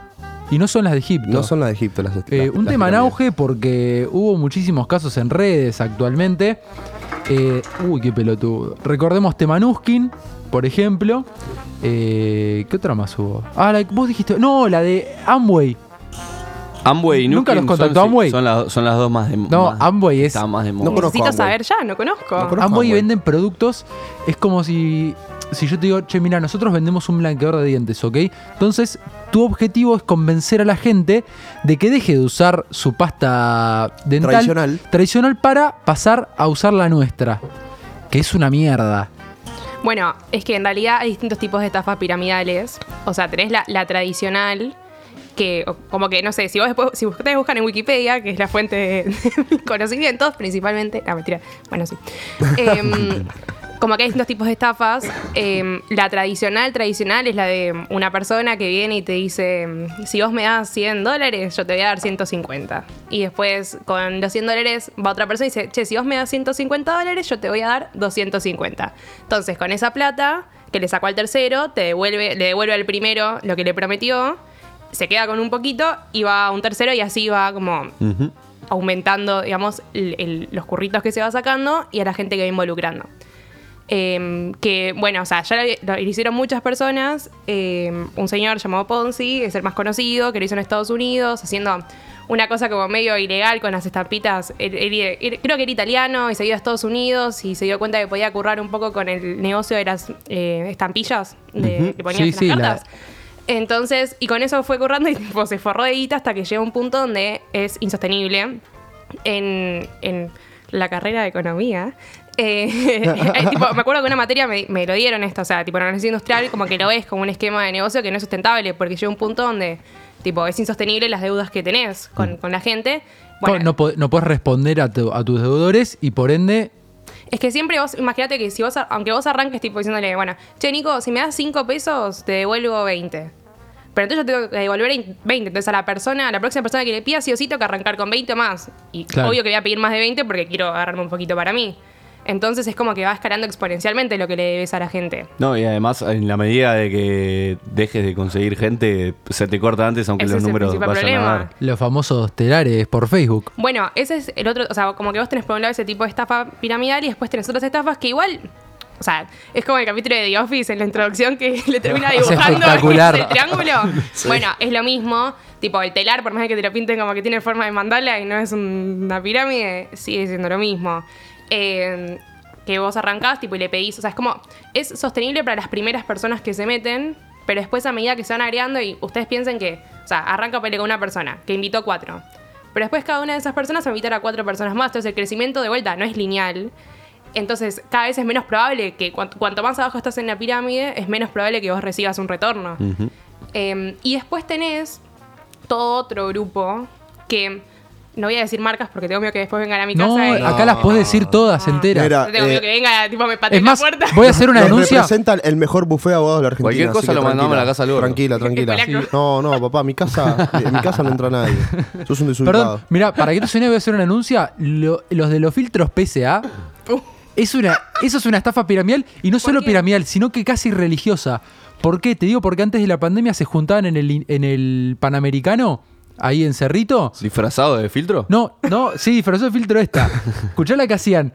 I: Y no son las de Egipto.
J: No son las de Egipto las
I: Eh, un
J: las
I: tema en
J: pirámides.
I: auge porque hubo muchísimos casos en redes actualmente. Eh, uy, qué pelotudo. Recordemos Temanuskin, por ejemplo. Eh, ¿Qué otra más hubo? Ah, la, que vos dijiste. No, la de Amway.
K: Amway y
I: Nunca
K: Nukin
I: los contactó
K: son, sí,
I: Amway.
K: Son las, son las dos más de
I: No,
K: más-
I: Amway es.
K: está más de moda.
L: Necesito saber ya, no conozco.
I: Amway venden productos. Es como si. Si yo te digo, che, mira, nosotros vendemos un blanqueador de dientes, ¿ok? Entonces, tu objetivo es convencer a la gente de que deje de usar su pasta dental
J: Tradicional.
I: tradicional para pasar a usar la nuestra, que es una mierda.
L: Bueno, es que en realidad hay distintos tipos de estafas piramidales. O sea, tenés la, la tradicional, que o- como que, no sé, si, vos después, si ustedes buscan en Wikipedia, que es la fuente de, de mis conocimientos principalmente... Ah, mentira. Bueno, sí. Em, como que hay distintos tipos de estafas. Em, la tradicional, tradicional es la de una persona que viene y te dice, si vos me das 100 dólares, yo te voy a dar 150. Y después con los 100 dólares va otra persona y dice, che, si vos me das 150 dólares, yo te voy a dar 250. Entonces con esa plata que le sacó al tercero, te devuelve, le devuelve al primero lo que le prometió, se queda con un poquito y va a un tercero y así va como aumentando, digamos, el- el- los curritos que se va sacando y a la gente que va involucrando. Eh, que, bueno, o sea, ya lo, lo hicieron muchas personas. Eh, un señor llamado Ponzi, es el más conocido, que lo hizo en Estados Unidos, haciendo una cosa como medio ilegal con las estampitas. Él- él- él- creo que era italiano y se dio a Estados Unidos y se dio cuenta que podía currar un poco con el negocio de las eh, estampillas de,
I: Ujú.
L: que ponían
I: Sí,
L: en
I: sí,
L: las
I: la-
L: cartas. Entonces, y con eso fue currando y tipo, se forró de guita hasta que llega un punto donde es insostenible en, en la carrera de economía. eh, eh, tipo, me acuerdo que una materia me, me lo dieron esto, o sea, tipo, en organización industrial como que lo ves como un esquema de negocio que no es sustentable, porque llega un punto donde, tipo, es insostenible las deudas que tenés con, con la gente. Bueno,
I: No, po- no puedes responder a, tu- a tus deudores y por ende,
L: es que siempre vos, imagínate que si vos, ar- aunque vos arranques tipo diciéndole, bueno, che Nico, si me das 5 pesos, te devuelvo 20. Pero entonces yo tengo que devolver 20. Entonces a la persona, a la próxima persona que le pida, sí o sí tengo que arrancar con 20 más. Y
I: Claro.
L: obvio que voy a pedir más de 20 porque quiero agarrarme un poquito para mí. Entonces es como que va escalando exponencialmente lo que le debes a la gente.
K: No, y además, en la medida de que dejes de conseguir gente, se te corta antes, aunque
L: Ese
K: los
L: es el
K: números
L: principal
K: vayan
L: problema.
K: a dar.
I: los famosos telares por Facebook.
L: Bueno, ese es el otro, o sea, como que vos tenés por un lado ese tipo de estafa piramidal y después tenés otras estafas que igual, o sea, es como el capítulo de The Office en la introducción que le termina
I: Es
L: dibujando
I: espectacular.
L: el triángulo.
I: Sí.
L: Bueno, es lo mismo, tipo el telar, por más de que te lo pinten como que tiene forma de mandala y no es un- una pirámide, sigue siendo lo mismo. Eh, que vos arrancás, tipo, y le pedís, o sea, es como, es sostenible para las primeras personas que se meten, pero después a medida que se van agregando y ustedes piensen que, o sea, arranca pelea con una persona, que invitó cuatro. Pero después cada una de esas personas va a invitar a cuatro personas más. Entonces el crecimiento de vuelta no es lineal. Entonces cada vez es menos probable que cuanto, cuanto más abajo estás en la pirámide, es menos probable que vos recibas un retorno. Em, Eh, y después tenés todo otro grupo que No voy a decir marcas porque tengo miedo que después vengan a mi
I: No,
L: casa. y-
I: acá las podés decir todas enteras.
J: Mira,
L: tengo miedo
J: eh,
L: que venga, tipo, me pateen la puerta.
J: Nos representa el mejor buffet de abogados de la Argentina.
K: Cualquier cosa
J: así que
K: lo mandamos
J: tranquila,
K: a la casa del gordo.
J: Tranquila, tranquila.
K: Polaco.
J: Sí. No, no, papá, mi casa, eh, en mi casa no entra nadie. Sos un desubicado.
I: Perdón, mira, para que no suene, voy a hacer una anuncia. Lo- los de los filtros PSA. Es una, eso es una estafa piramidal y no solo piramidal, sino que casi religiosa. ¿Por qué? Te digo porque antes de la pandemia se juntaban en el, en el Panamericano, ahí en Cerrito.
K: ¿Disfrazado de filtro?
I: No, no, sí, disfrazó de filtro esta. Escuchá la que hacían.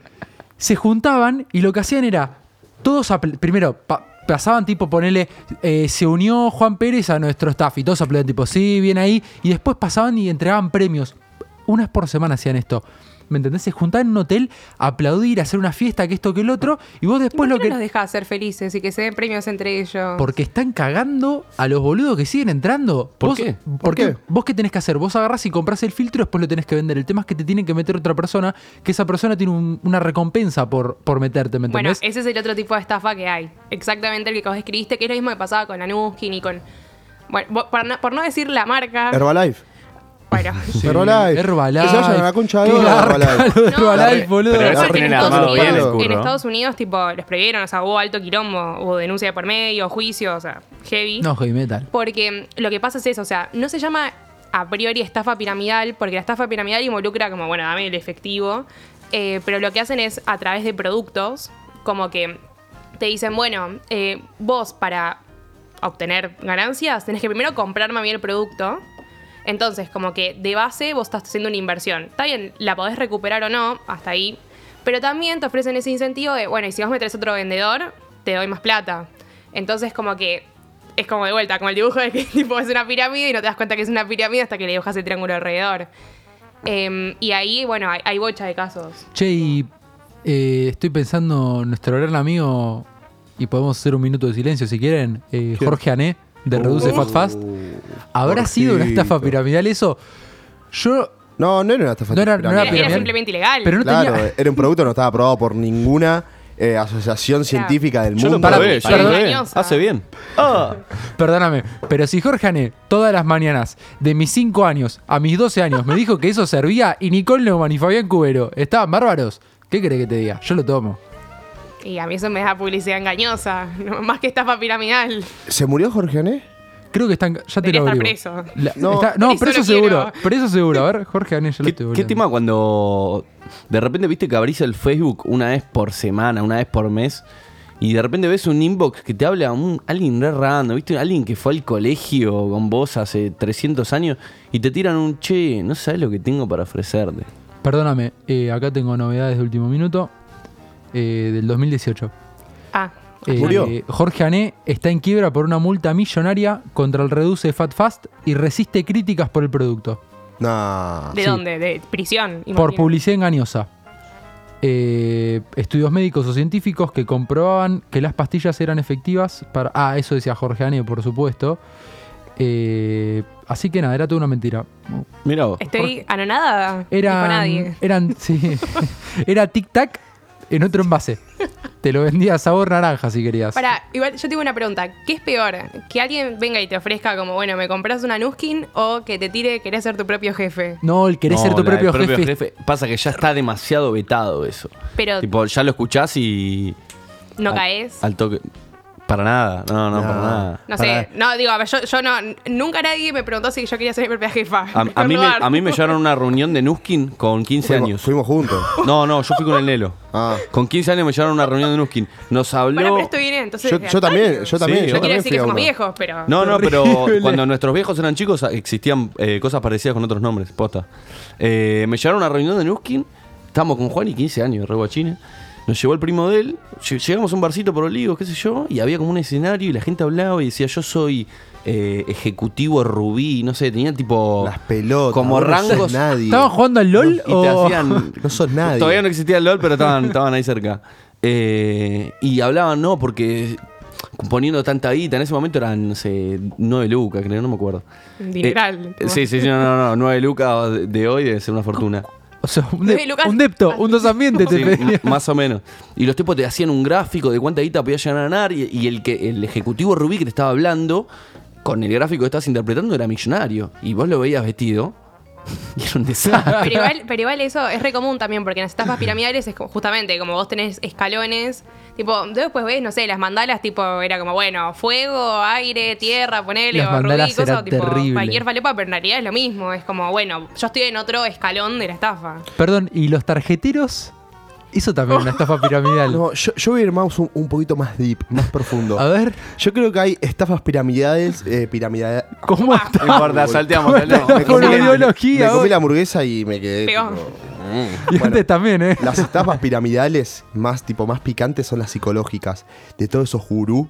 I: Se juntaban y lo que hacían era. Todos. apl- Primero, pa- pasaban tipo, ponele. eh, se unió Juan Pérez a nuestro staff y todos aplaudían, tipo, sí, bien ahí. Y después pasaban y entregaban premios. Unas por semana hacían esto. ¿Me entendés? Se juntaban en un hotel, a aplaudir, a hacer una fiesta, que esto, que el otro. Y vos después lo
L: ¿Por qué
I: que.
L: no los deja ser felices y que se den premios entre ellos?
I: Porque están cagando a los boludos que siguen entrando.
K: ¿Por
I: Vos-
K: qué?
I: Porque vos qué tenés que hacer? Vos agarrás y compras el filtro, después lo tenés que vender. El tema es que te tienen que meter otra persona, que esa persona tiene un- una recompensa por, por meterte, ¿me
L: Bueno,
I: entendés?
L: ese es el otro tipo de estafa que hay. Exactamente el que vos escribiste, que es lo mismo que pasaba con Anuskin y con. Bueno, vos- por no, por no decir la marca.
J: Herbalife.
L: Bueno.
I: Sí,
J: Herbalife.
I: Eh, Herbalife.
J: Que se vayan a la concha de
I: Qué
J: oro,
I: garca
J: Herbalife.
I: lo de Herbalife,
J: No,
I: boludo.
J: pero eso
I: La
J: tienen
I: re-
J: armado
I: armado
J: bien el
I: palo.
L: En Estados Unidos, tipo, los prohibieron, o sea, hubo alto quilombo, hubo denuncia de por medio, juicio, o sea, heavy.
I: No, heavy metal.
L: Porque mm, lo que pasa es eso, o sea, no se llama a priori estafa piramidal, porque la estafa piramidal involucra como, bueno, dame el efectivo, eh, pero lo que hacen es a través de productos, como que te dicen, bueno, eh, vos para obtener ganancias tenés que primero comprarme a mí el producto. Entonces, como que de base vos estás haciendo una inversión. Está bien, la podés recuperar o no, hasta ahí. Pero también te ofrecen ese incentivo de, bueno, y si vos me traes otro vendedor, te doy más plata. Entonces, como que es como de vuelta, como el dibujo de que tipo es una pirámide y no te das cuenta que es una pirámide hasta que le dibujas el triángulo alrededor. Em, y ahí, bueno, hay, hay bocha de casos.
I: Che, y eh, estoy pensando, nuestro gran amigo, y podemos hacer un minuto de silencio si quieren, eh, Jorge Ané, de Reduce Fat Fast. ¿Habrá sido una estafa
J: Uh, Jorgito.
I: piramidal eso? Yo.
J: No, no era una estafa
I: No era, no era
L: Era- era
I: piramidal.
L: simplemente ilegal.
I: Ah, Pero no
J: claro,
I: tenía-
J: era un producto que no estaba aprobado por ninguna eh, asociación científica del
K: Yo
J: mundo.
K: lo probé, yo lo probé. Hace bien.
I: Perdóname, pero si Jorge Ané, todas las mañanas, de mis 5 años a mis 12 años, me dijo que eso servía, y Nicole Neumann y Fabián Cubero estaban bárbaros, ¿qué querés que te diga? Yo lo tomo.
L: Y a mí eso me da publicidad engañosa, no- más que estafa piramidal.
J: ¿Se murió Jorge Ané?
I: Creo que están. Ya te
L: Debería
I: lo
L: estar
I: averiguo.
L: preso.
I: La- está-
L: No.
I: no,
L: Preso
I: preso
L: lo
I: seguro.
L: quiero.
I: Preso seguro. A ver, Jorge Ané, yo lo estoy
K: ¿Qué
I: googleando.
K: tema cuando de repente viste que abrís el Facebook una vez por semana, una vez por mes, y de repente ves un inbox que te habla un, alguien re random, viste alguien que fue al colegio con vos hace 300 años y te tiran un che, no sabes lo que tengo para ofrecerte?
I: Perdóname, eh, acá tengo novedades de último minuto eh, del 2018.
L: Ah,
I: Eh,
K: Murió.
I: Jorge Ané está en quiebra por una multa millonaria contra el Reduce Fat Fast y resiste críticas por el producto.
J: No.
L: ¿de dónde? De prisión.
I: Por
L: imagino.
I: publicidad engañosa. Eh, estudios médicos o científicos que comprobaban que las pastillas eran efectivas para... Ah, eso decía Jorge Ané, por supuesto. Eh, así que nada, era toda una mentira.
K: Mira vos.
L: Estoy anonada.
I: Era, mm,
L: Era nadie.
I: Eran, sí. Era tic tac en otro envase. Te lo vendía sabor naranja si querías.
L: Para, igual yo tengo una pregunta. ¿Qué es peor? ¿Que alguien venga y te ofrezca como, bueno, me compras una Nuskin o que te tire, querés ser tu propio jefe?
I: No, el querés
K: No,
I: ser tu
K: la del
I: propio, jefe.
K: Pasa que ya está demasiado vetado eso.
L: Pero
K: Tipo, ya lo escuchás y.
L: no
K: al-
L: caes.
K: Al toque. Para nada. No, no,
J: No.
K: para nada.
L: No
K: Para-
L: sé, no, digo, a ver, yo, yo no, nunca nadie me preguntó si yo quería ser mi propia jefa.
K: A, a mí me, a mí me llevaron a una reunión de Nuskin con 15
J: Fuimos-
K: años.
J: Fuimos juntos.
K: No, no, yo fui con el Nelo. Con 15 años me llevaron a una reunión de Nuskin. Nos habló.
L: Bueno, pero esto viene entonces.
K: Yo-
L: de
K: yo
L: antaño.
K: también, yo también,
L: No
K: yo
L: quiere
K: también
L: decir
K: fui
L: que
K: a
L: somos
K: una.
L: viejos, pero.
K: No, no, pero
L: Horrible.
K: cuando nuestros viejos eran chicos existían eh, cosas parecidas con otros nombres, posta. Eh, me llevaron a una reunión de Nuskin, estábamos con Juan y 15 años, re guachines. Nos llevó el primo de él, lle- llegamos a un barcito por Olivos, qué sé yo, y había como un escenario y la gente hablaba y decía, yo soy eh, ejecutivo rubí, no sé, tenían tipo... Las
J: pelotas.
K: Como
J: vos no sos
K: rangos...
J: nadie.
I: ¿Estaban jugando al LOL
K: Y te
I: o...?
K: hacían.
J: No sos nadie.
K: Todavía no existía el LOL, pero estaban, estaban ahí cerca. Eh, y hablaban, no, porque poniendo tanta guita, en ese momento eran, no sé, 9 lucas, creo, no me acuerdo.
L: Dineral,
K: Eh, sí, sí, sí, no, no, no, 9 lucas de, de hoy debe ser una fortuna.
I: O sea, un,
L: Nueve lucas.
I: un depto, un dos ambientes te
K: Sí,
I: pedía.
K: m- más o menos. Y los tipos te hacían un gráfico de cuánta guita podías llegar a ganar y, y el que el ejecutivo Rubí que te estaba hablando, con el gráfico que estabas interpretando, era millonario. Y vos lo veías vestido Y era un desastre.
L: Pero igual, pero igual eso es re común también, porque en las estafas piramidales es como- justamente como vos tenés escalones. Tipo, después ves, no sé, las mandalas, tipo, era como, bueno, fuego, aire, tierra, ponele,
I: Las
L: o rubí,
I: mandalas
L: cosa,
I: eran
L: tipo,
I: terrible.
L: cualquier falopa, pero en realidad es lo mismo. Es como, bueno, yo estoy en otro escalón de la estafa.
I: Perdón, ¿y los tarjeteros? Eso también es una estafa piramidal.
J: No, yo, yo voy a ir más un, un poquito más deep, más profundo.
I: A ver.
J: Yo creo que hay estafas piramidales. Eh, piramidales.
I: ¿Cómo
J: está?
K: No importa, salteamos, salteamos.
J: Me comí,
K: Con
J: la-
K: ideología,
J: me comí
K: vos.
J: la hamburguesa y me quedé.
L: Pegó.
J: Y antes
I: también, ¿eh?
J: Las estafas piramidales más, tipo, más picantes son las psicológicas. De todos esos gurú.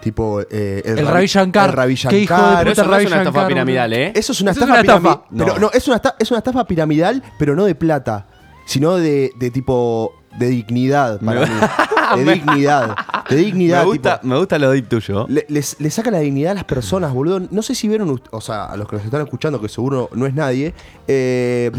J: Tipo, eh,
I: El Ravi Shankar.
J: El Ravi
I: Qué hijo de
J: Shankar.
I: puta Pero eso no Ravi es una estafa Shankar, piramidal, boludo. ¿eh?
J: Eso es una
I: Eso es
J: estafa
I: una estafa.
J: piramidal. Pero
I: No.
J: no, es una, esta- es una estafa piramidal, pero no de plata, sino de, de tipo. de dignidad para mí. De dignidad. De dignidad.
K: Me gusta, me gusta lo deep tuyo.
J: Le, les- le saca la dignidad a las personas, boludo. No sé si vieron, ust- o sea, a los que nos están escuchando, que seguro no es nadie. eh,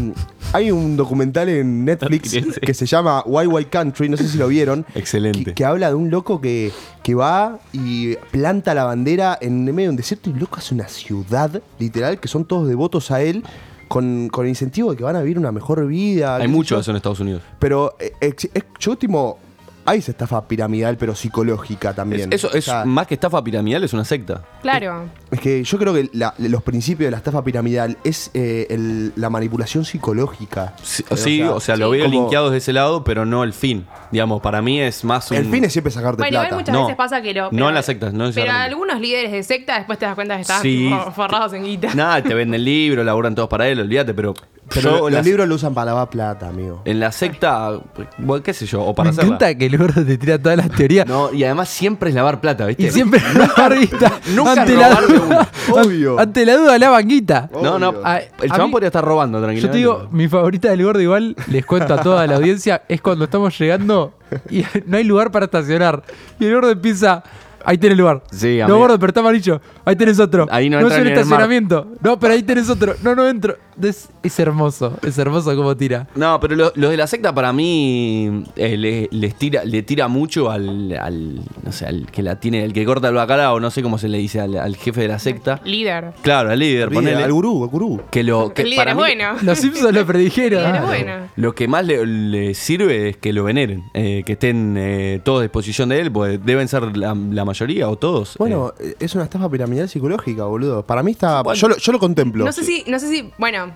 J: hay un documental en Netflix que se llama Why Why Country, no sé si lo vieron.
K: Excelente.
J: Que, que habla de un loco que, que va y planta la bandera en medio de un desierto y loco hace una ciudad, literal, que son todos devotos a él. Con, con el incentivo de que van a vivir una mejor vida.
K: Hay
J: qué sé
K: mucho
J: yo.
K: de eso en Estados Unidos.
J: Pero eh, ex- es- yo, tipo, hay esa estafa piramidal, pero psicológica también.
K: Eso es
J: O sea,
K: más que estafa piramidal, es una secta.
L: Claro.
J: es que yo creo que la- los principios de la estafa piramidal es eh, el- la manipulación psicológica.
K: Sí, o sí, o sea, lo veo
J: como-
K: linkeado desde ese lado, pero no el fin. Digamos, para mí es más un.
J: El fin es siempre sacarte
L: Bueno, igual muchas veces pasa que lo-
K: No en las sectas, no
L: Pero
K: necesariamente.
L: algunos líderes de secta después te das cuenta que estaban
K: Sí.
L: tipo, forrados en guita.
K: Nada, te venden libros, laburan todos para él, olvídate, pero.
J: Pero
K: yo
J: los
K: en la-
J: libros lo usan para lavar plata, amigo.
K: En la secta, bueno, qué sé yo, o para
I: Me
K: hacerla.
I: encanta que el gordo te tira todas las teorías.
K: No, y además siempre es lavar plata, ¿viste?
I: Y siempre lavar guita.
K: nunca
I: ante la
K: robar de
I: duda.
J: Obvio.
I: Ante la duda, la banguita.
K: No, no,
I: A-
K: el
I: a
K: chabón
I: mí-
K: podría estar robando tranquilamente.
I: Yo te digo, mi favorita del gordo igual, les cuento a toda la audiencia, es cuando estamos llegando y no hay lugar para estacionar. Y el gordo empieza, ahí tenés lugar.
K: Sí,
I: no,
K: amigo.
I: gordo, pero está amarillo. Ahí tenés otro.
K: Ahí no
I: no
K: entra
I: es un
K: ni en el mar.
I: estacionamiento. No, pero ahí tenés otro. No, no entro. Es, es hermoso, es hermoso como tira.
K: No, pero lo- los de la secta para mí eh, le, les tira, le tira mucho al, al, no sé, al que la tiene, el que corta el bacalao, no sé cómo se le dice al, al jefe de la secta.
L: Líder.
K: Claro, al líder,
J: Líder,
K: ponele.
J: al gurú, al gurú.
K: Que lo que
L: El líder es
K: mí
L: bueno.
I: Los Simpsons lo predijeron.
L: Claro, bueno.
K: lo que más le, le sirve es que lo veneren, eh, que estén eh, todos a disposición de él, pues deben ser la, la mayoría o todos.
J: Bueno, eh, es una estafa piramidal psicológica, boludo. Para mí está. Yo lo, yo lo contemplo.
L: No sé si, no sé si, bueno,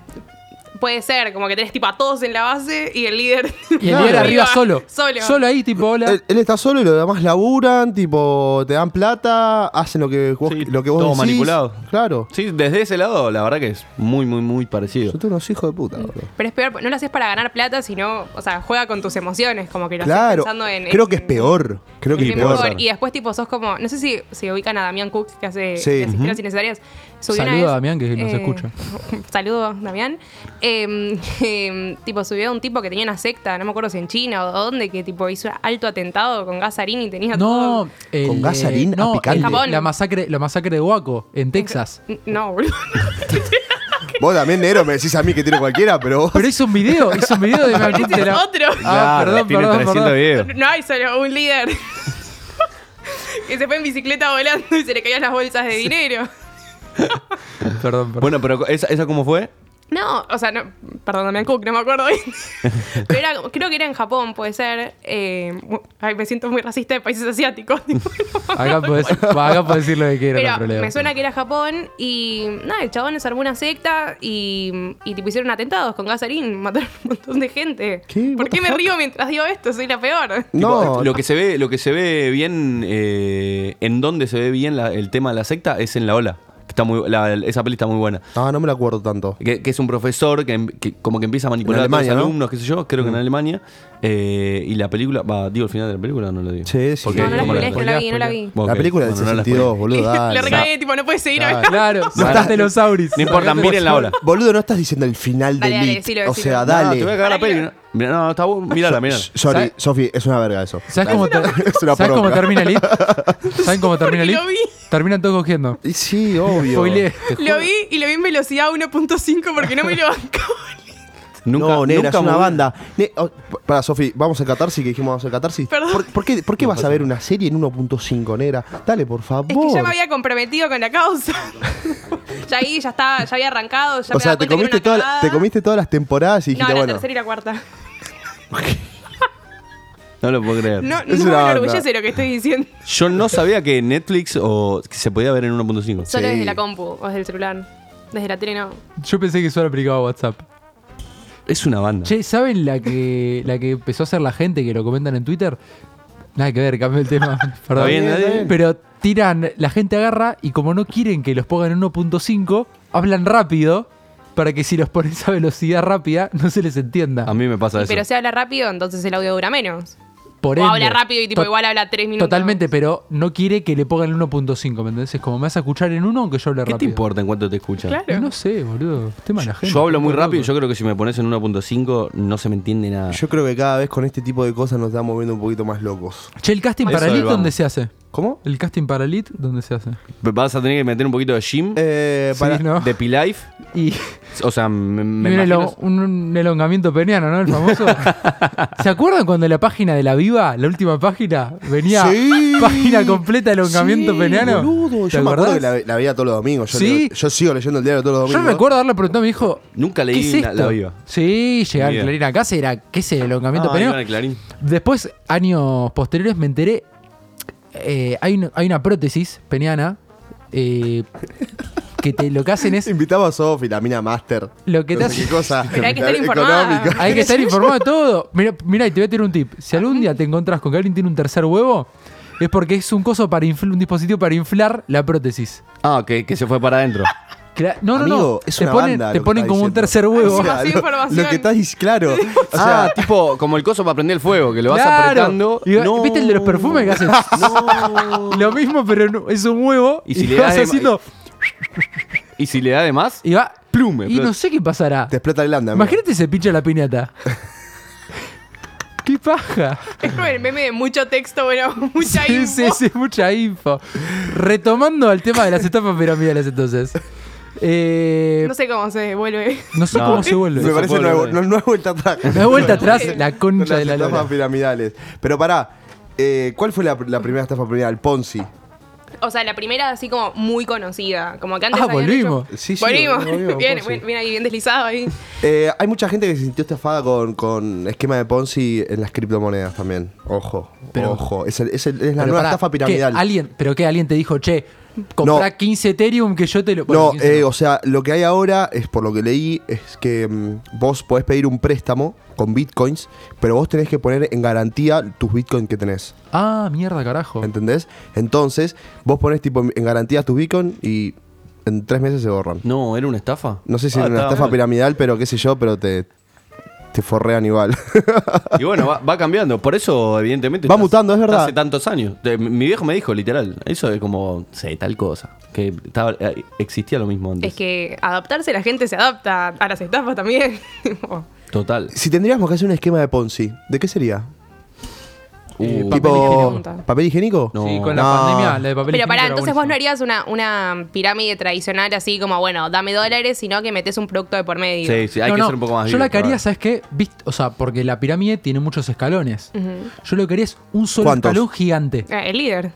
L: puede ser, como que tenés tipo a todos en la base y el líder.
I: Y el líder arriba solo.
L: Solo. Eh,
I: ahí, tipo, hola.
J: Él, él está solo y los demás laburan, tipo, te dan plata, hacen lo que vos, lo que vos
K: todo
J: decís.
K: manipulado.
J: Claro.
K: Sí, desde ese lado, la verdad que es muy, muy, muy parecido.
J: Son todos unos hijos de puta, boludo.
L: Pero es peor, no lo haces para ganar plata, sino, o sea, juega con tus emociones, como que lo haces
J: Claro.
L: pensando en.
J: Creo
L: en-
J: que es peor. Creo que
L: en
J: es
L: el
J: peor.
L: mejor. Y después, tipo, sos como. No sé si se ubican a Damián Cook, que hace
J: Sí.
L: las historias
J: Ujú.
L: innecesarias. Subió una
I: Saludo
L: vez,
I: a Damián que nos
L: eh,
I: escucha.
L: Saludo, Damián. Eh, eh, tipo, subió un tipo que tenía una secta, no me acuerdo si en China o dónde, que tipo hizo un alto atentado con gasarín y tenía todo.
I: No, el,
J: Con gas,
I: eh,
J: harín, a
I: no,
J: picante.
I: el-
L: Japón.
I: la masacre, la masacre de Waco en Texas.
L: No, boludo.
J: Vos también, Nero, me decís a mí que tiro cualquiera, pero vos.
I: Pero hizo un video, hizo un video de una
L: Ese Este es
I: entera.
L: otro.
I: Ah,
J: Claro,
I: perdón,
J: tiene
I: perdón,
J: 300
I: perdón.
J: videos.
L: No hay solo un líder. que se fue en bicicleta volando y se le caían las bolsas de dinero.
I: Perdón, perdón.
K: Bueno, pero ¿esa, esa cómo fue?
L: No, o sea, no, perdón, Damián Cook, no me acuerdo bien. Pero era, creo que era en Japón, puede ser. Eh, mu- ay, me siento muy racista de países asiáticos.
I: Acá podés, acá podés decir lo que quieras, no hay
L: Pero
I: problema.
L: me suena que era Japón y nada, el chabón se armó una secta y, y tipo hicieron atentados con gasarín, mataron un montón de gente. ¿Por qué me río mientras digo esto? Soy la peor.
K: Tipo, lo que se ve, lo que se ve bien, eh, en donde se ve bien la- el tema de la secta es en La Ola. Que Está muy, la- esa peli está muy buena.
J: Ah, no me lo acuerdo tanto.
K: Que, que es un profesor que, em- que como que empieza a manipular
J: En Alemania,
K: a los
J: ¿no?
K: alumnos, qué sé yo, creo que en Alemania. Eh, y la película, va, digo el final de la película, no lo digo.
J: Sí, sí.
K: Porque-
L: No, no la
K: ¿cómo
L: spoilees, que no la vi, no la vi.
K: Ok,
J: La película del
K: bueno, no la
J: 62,
K: spoilees.
J: boludo.
L: Le
J: Dale.
L: recagué, tipo, no puede seguir. a ver.
I: Claro,
J: No
I: sacaste los auris.
K: No importa, miren la hora.
J: Boludo, no estás diciendo el final de
L: Dale, dale,
J: Elite.
L: decilo,
J: O
L: decilo.
J: sea,
K: No,
J: dale.
K: Ah, te voy a cagar la peli. ¿no? Mirá, no, está bueno. Mírala, mírala.
J: Sorry, Sofi, es una verga eso.
I: ¿Sabes
J: Dale.
I: cómo, te-
J: es una
I: ¿sabes cómo
J: poronga.
I: termina el hit? ¿Saben cómo termina el hit?
L: lo vi.
I: Terminan todos cogiendo.
J: Y Sí, obvio.
I: Spoileé.
L: Lo vi y lo vi en velocidad 1.5 porque no me lo bancaba.
K: Nunca,
J: no, negra,
K: nunca
J: es una
K: moví-
J: banda. Ne- oh, para, Sofi, vamos a catarsis, que dijimos vamos a catarsis.
L: Perdón.
J: ¿Por, por qué, por qué vas a ver una serie en 1.5, negra? Dale, por favor.
L: Es que ya me había comprometido con la causa. Ya ahí ya estaba, ya había arrancado, ya
J: o
L: me
J: sea,
L: daba cuenta
J: te
L: que era
J: comiste,
L: una
J: toda la-
L: cagada.
J: te comiste todas las temporadas y dijiste,
L: No, la
J: bueno.
L: tercera y la cuarta.
K: No lo puedo creer.
L: No, no me enorgullece lo que estoy diciendo.
K: Yo no sabía que Netflix o que se podía ver en 1.5.
L: Solo desde la compu o desde el celular. Desde la tele no.
I: Yo pensé que eso era aplicado a WhatsApp.
K: Es una banda.
I: Che, ¿saben la que, la que empezó a hacer la gente que lo comentan en Twitter? Nada que ver, cambié el tema. Perdón.
K: bien, está bien.
I: Pero tiran, la gente agarra y como no quieren que los pongan en 1.5, hablan rápido para que si los pones a velocidad rápida no se les entienda. A
K: mí me pasa
L: Pero si habla rápido, entonces el audio dura menos.
I: Por
L: o
I: ende,
L: habla rápido y tipo
I: to-
L: igual habla tres minutos.
I: Totalmente, pero no quiere que le pongan el 1.5, ¿me entendés? Es como me vas a escuchar en uno aunque yo hable
K: ¿Qué
I: rápido.
K: te importa en cuanto te escuchan?
I: No, no sé, boludo. Tema de la gente.
K: Yo hablo muy
I: Tema de
K: rápido y
I: loco.
K: yo creo que si me pones en 1.5 no se me entiende nada.
J: Yo creo que cada vez con este tipo de cosas nos estamos viendo un poquito más locos.
I: Che, el casting
K: Eso
I: para
K: del
I: Elite, ¿dónde
K: vamos.
I: se hace?
J: ¿Cómo?
I: El casting para Elite, ¿dónde se hace?
K: Vas a tener que meter un poquito de gym,
J: Eh,
I: para- ¿no?
K: de P-Life.
I: Y...
K: O sea, me, me
I: Y un,
K: imagino-
I: elo- un- un elongamiento peniano, ¿no? El famoso. ¿Se acuerdan cuando en la página de La Viva, la última página, venía
J: Sí.
I: página completa de elongamiento
J: Sí,
I: peniano?
J: boludo,
I: ¿Te
J: yo me acuerdo
I: acordás?
J: que la, la veía todos los domingos. Yo,
I: Sí.
J: leo- yo sigo leyendo el diario todos los
I: Yo
J: domingos.
I: recuerdo haberle preguntado a mi hijo.
K: Nunca
I: ¿Qué es
K: leí la,
I: esto?
K: la viva.
I: Sí, llegar
K: Bien.
I: Clarín a casa y era, ¿qué es el elongamiento
K: Ah,
I: peniano?
K: iban a Clarín.
I: Después, años posteriores, me enteré. eh, hay, un- hay una prótesis peniana eh, que te, lo que hacen es.
J: Invitaba a Sofi, la mina master.
I: Lo que te
J: No sé
I: hace-
J: qué cosa
L: Pero hay que estar informada.
J: económica.
I: Hay que estar informado de todo. Mira, mira, y te voy a tirar un tip. Si algún día te encontrás con que alguien tiene un tercer huevo, es porque es un coso para infl- un dispositivo para inflar la prótesis.
K: Ah, que, que se fue para adentro.
I: Cla- No, no, no.
K: Amigo, es
I: Te
K: una
I: ponen,
K: banda
I: te
K: lo que
I: ponen
K: está
I: como un
K: diciendo.
I: tercer huevo.
K: O sea, lo- Información. lo que estás
J: diciendo, claro.
K: O sea, tipo como el coso para prender el fuego, que lo vas
I: Ah. Claro.
K: apretando.
I: Y va- ¿Viste el de los perfumes que haces? Lo mismo, pero no- es un huevo.
K: Y si le das
I: vas
K: de-
I: haciendo.
K: Y si le da de más,
I: y va.
K: Plum.
I: Y no
K: explota.
I: sé qué pasará.
J: Te explota el landa.
I: Imagínate se pincha la piñata. ¡Qué paja!
L: Es como el meme de mucho texto, bueno, mucha
I: Sí,
L: info.
I: sí, sí, mucha info. Retomando al tema de las etapas piramidales entonces. Eh,
L: No sé cómo se devuelve.
I: no sé cómo se vuelve.
J: Me parece nuevo, no, no hay vuelta atrás.
I: No hay vuelta atrás, la concha
J: Con las
I: de la
J: estafas
I: lora.
J: piramidales. Pero pará, eh, ¿cuál fue la, la primera estafa piramidal? Ponzi.
L: O sea, la primera así como muy conocida. Como que antes
J: Ah,
L: habían
J: volvimos.
L: hecho-
J: Sí, sí,
L: volvimos.
J: volvimos,
L: bien,
J: sí.
L: bien, bien ahí, bien deslizado ahí.
J: Eh, hay mucha gente que se sintió estafada con, con esquema de Ponzi en las criptomonedas también. Ojo,
I: Pero-
J: ojo. Es, el- es el- es la
I: Pero
J: nueva
I: pará,
J: estafa
I: ¿qué?
J: piramidal.
I: ¿Alguien, ¿Pero qué? ¿Alguien te dijo, che, comprá 15 Ethereum que yo te lo... bueno,
J: No,
I: 15
J: eh, o sea, lo que hay ahora, es por lo que leí, es que mm, vos podés pedir un préstamo con bitcoins, pero vos tenés que poner en garantía tus bitcoins que tenés.
I: Ah, mierda, carajo.
J: ¿Entendés? Entonces, vos ponés tipo en garantía tus bitcoins y en tres meses se borran.
K: No, era una estafa.
J: No sé si
K: Ah,
J: era una
K: está
J: estafa
K: bien.
J: piramidal, pero qué sé yo, pero te, te forrean igual.
K: Y bueno, va, va cambiando. Por eso, evidentemente.
J: Va
K: estás-
J: mutando, es
K: estás
J: verdad.
K: Hace tantos años. Te- Mi viejo me dijo, literal. Eso es como, sé, tal cosa. Que estaba- eh, existía lo mismo antes.
L: Es que adaptarse, la gente se adapta a las estafas también. Tipo,
K: Total.
J: si tendríamos que hacer un esquema de Ponzi, ¿de qué sería?
K: Eh,
J: Uh,
K: papel
J: ¿Tipo
L: higiénico.
J: papel higiénico?
I: Sí, con la
J: No.
I: pandemia, la de papel
L: Pero
I: higiénico
L: pará,
I: era
L: entonces
I: buenísima.
L: vos no harías una, una pirámide tradicional así como, bueno, dame dólares, sino que metes un producto de por medio.
I: No, no, Yo la que haría, ¿sabes qué? Vist- O sea, porque la pirámide tiene muchos escalones.
L: Ujú.
I: Yo lo que haría es un solo
J: ¿Cuántos?
I: escalón gigante.
L: Ah, el líder.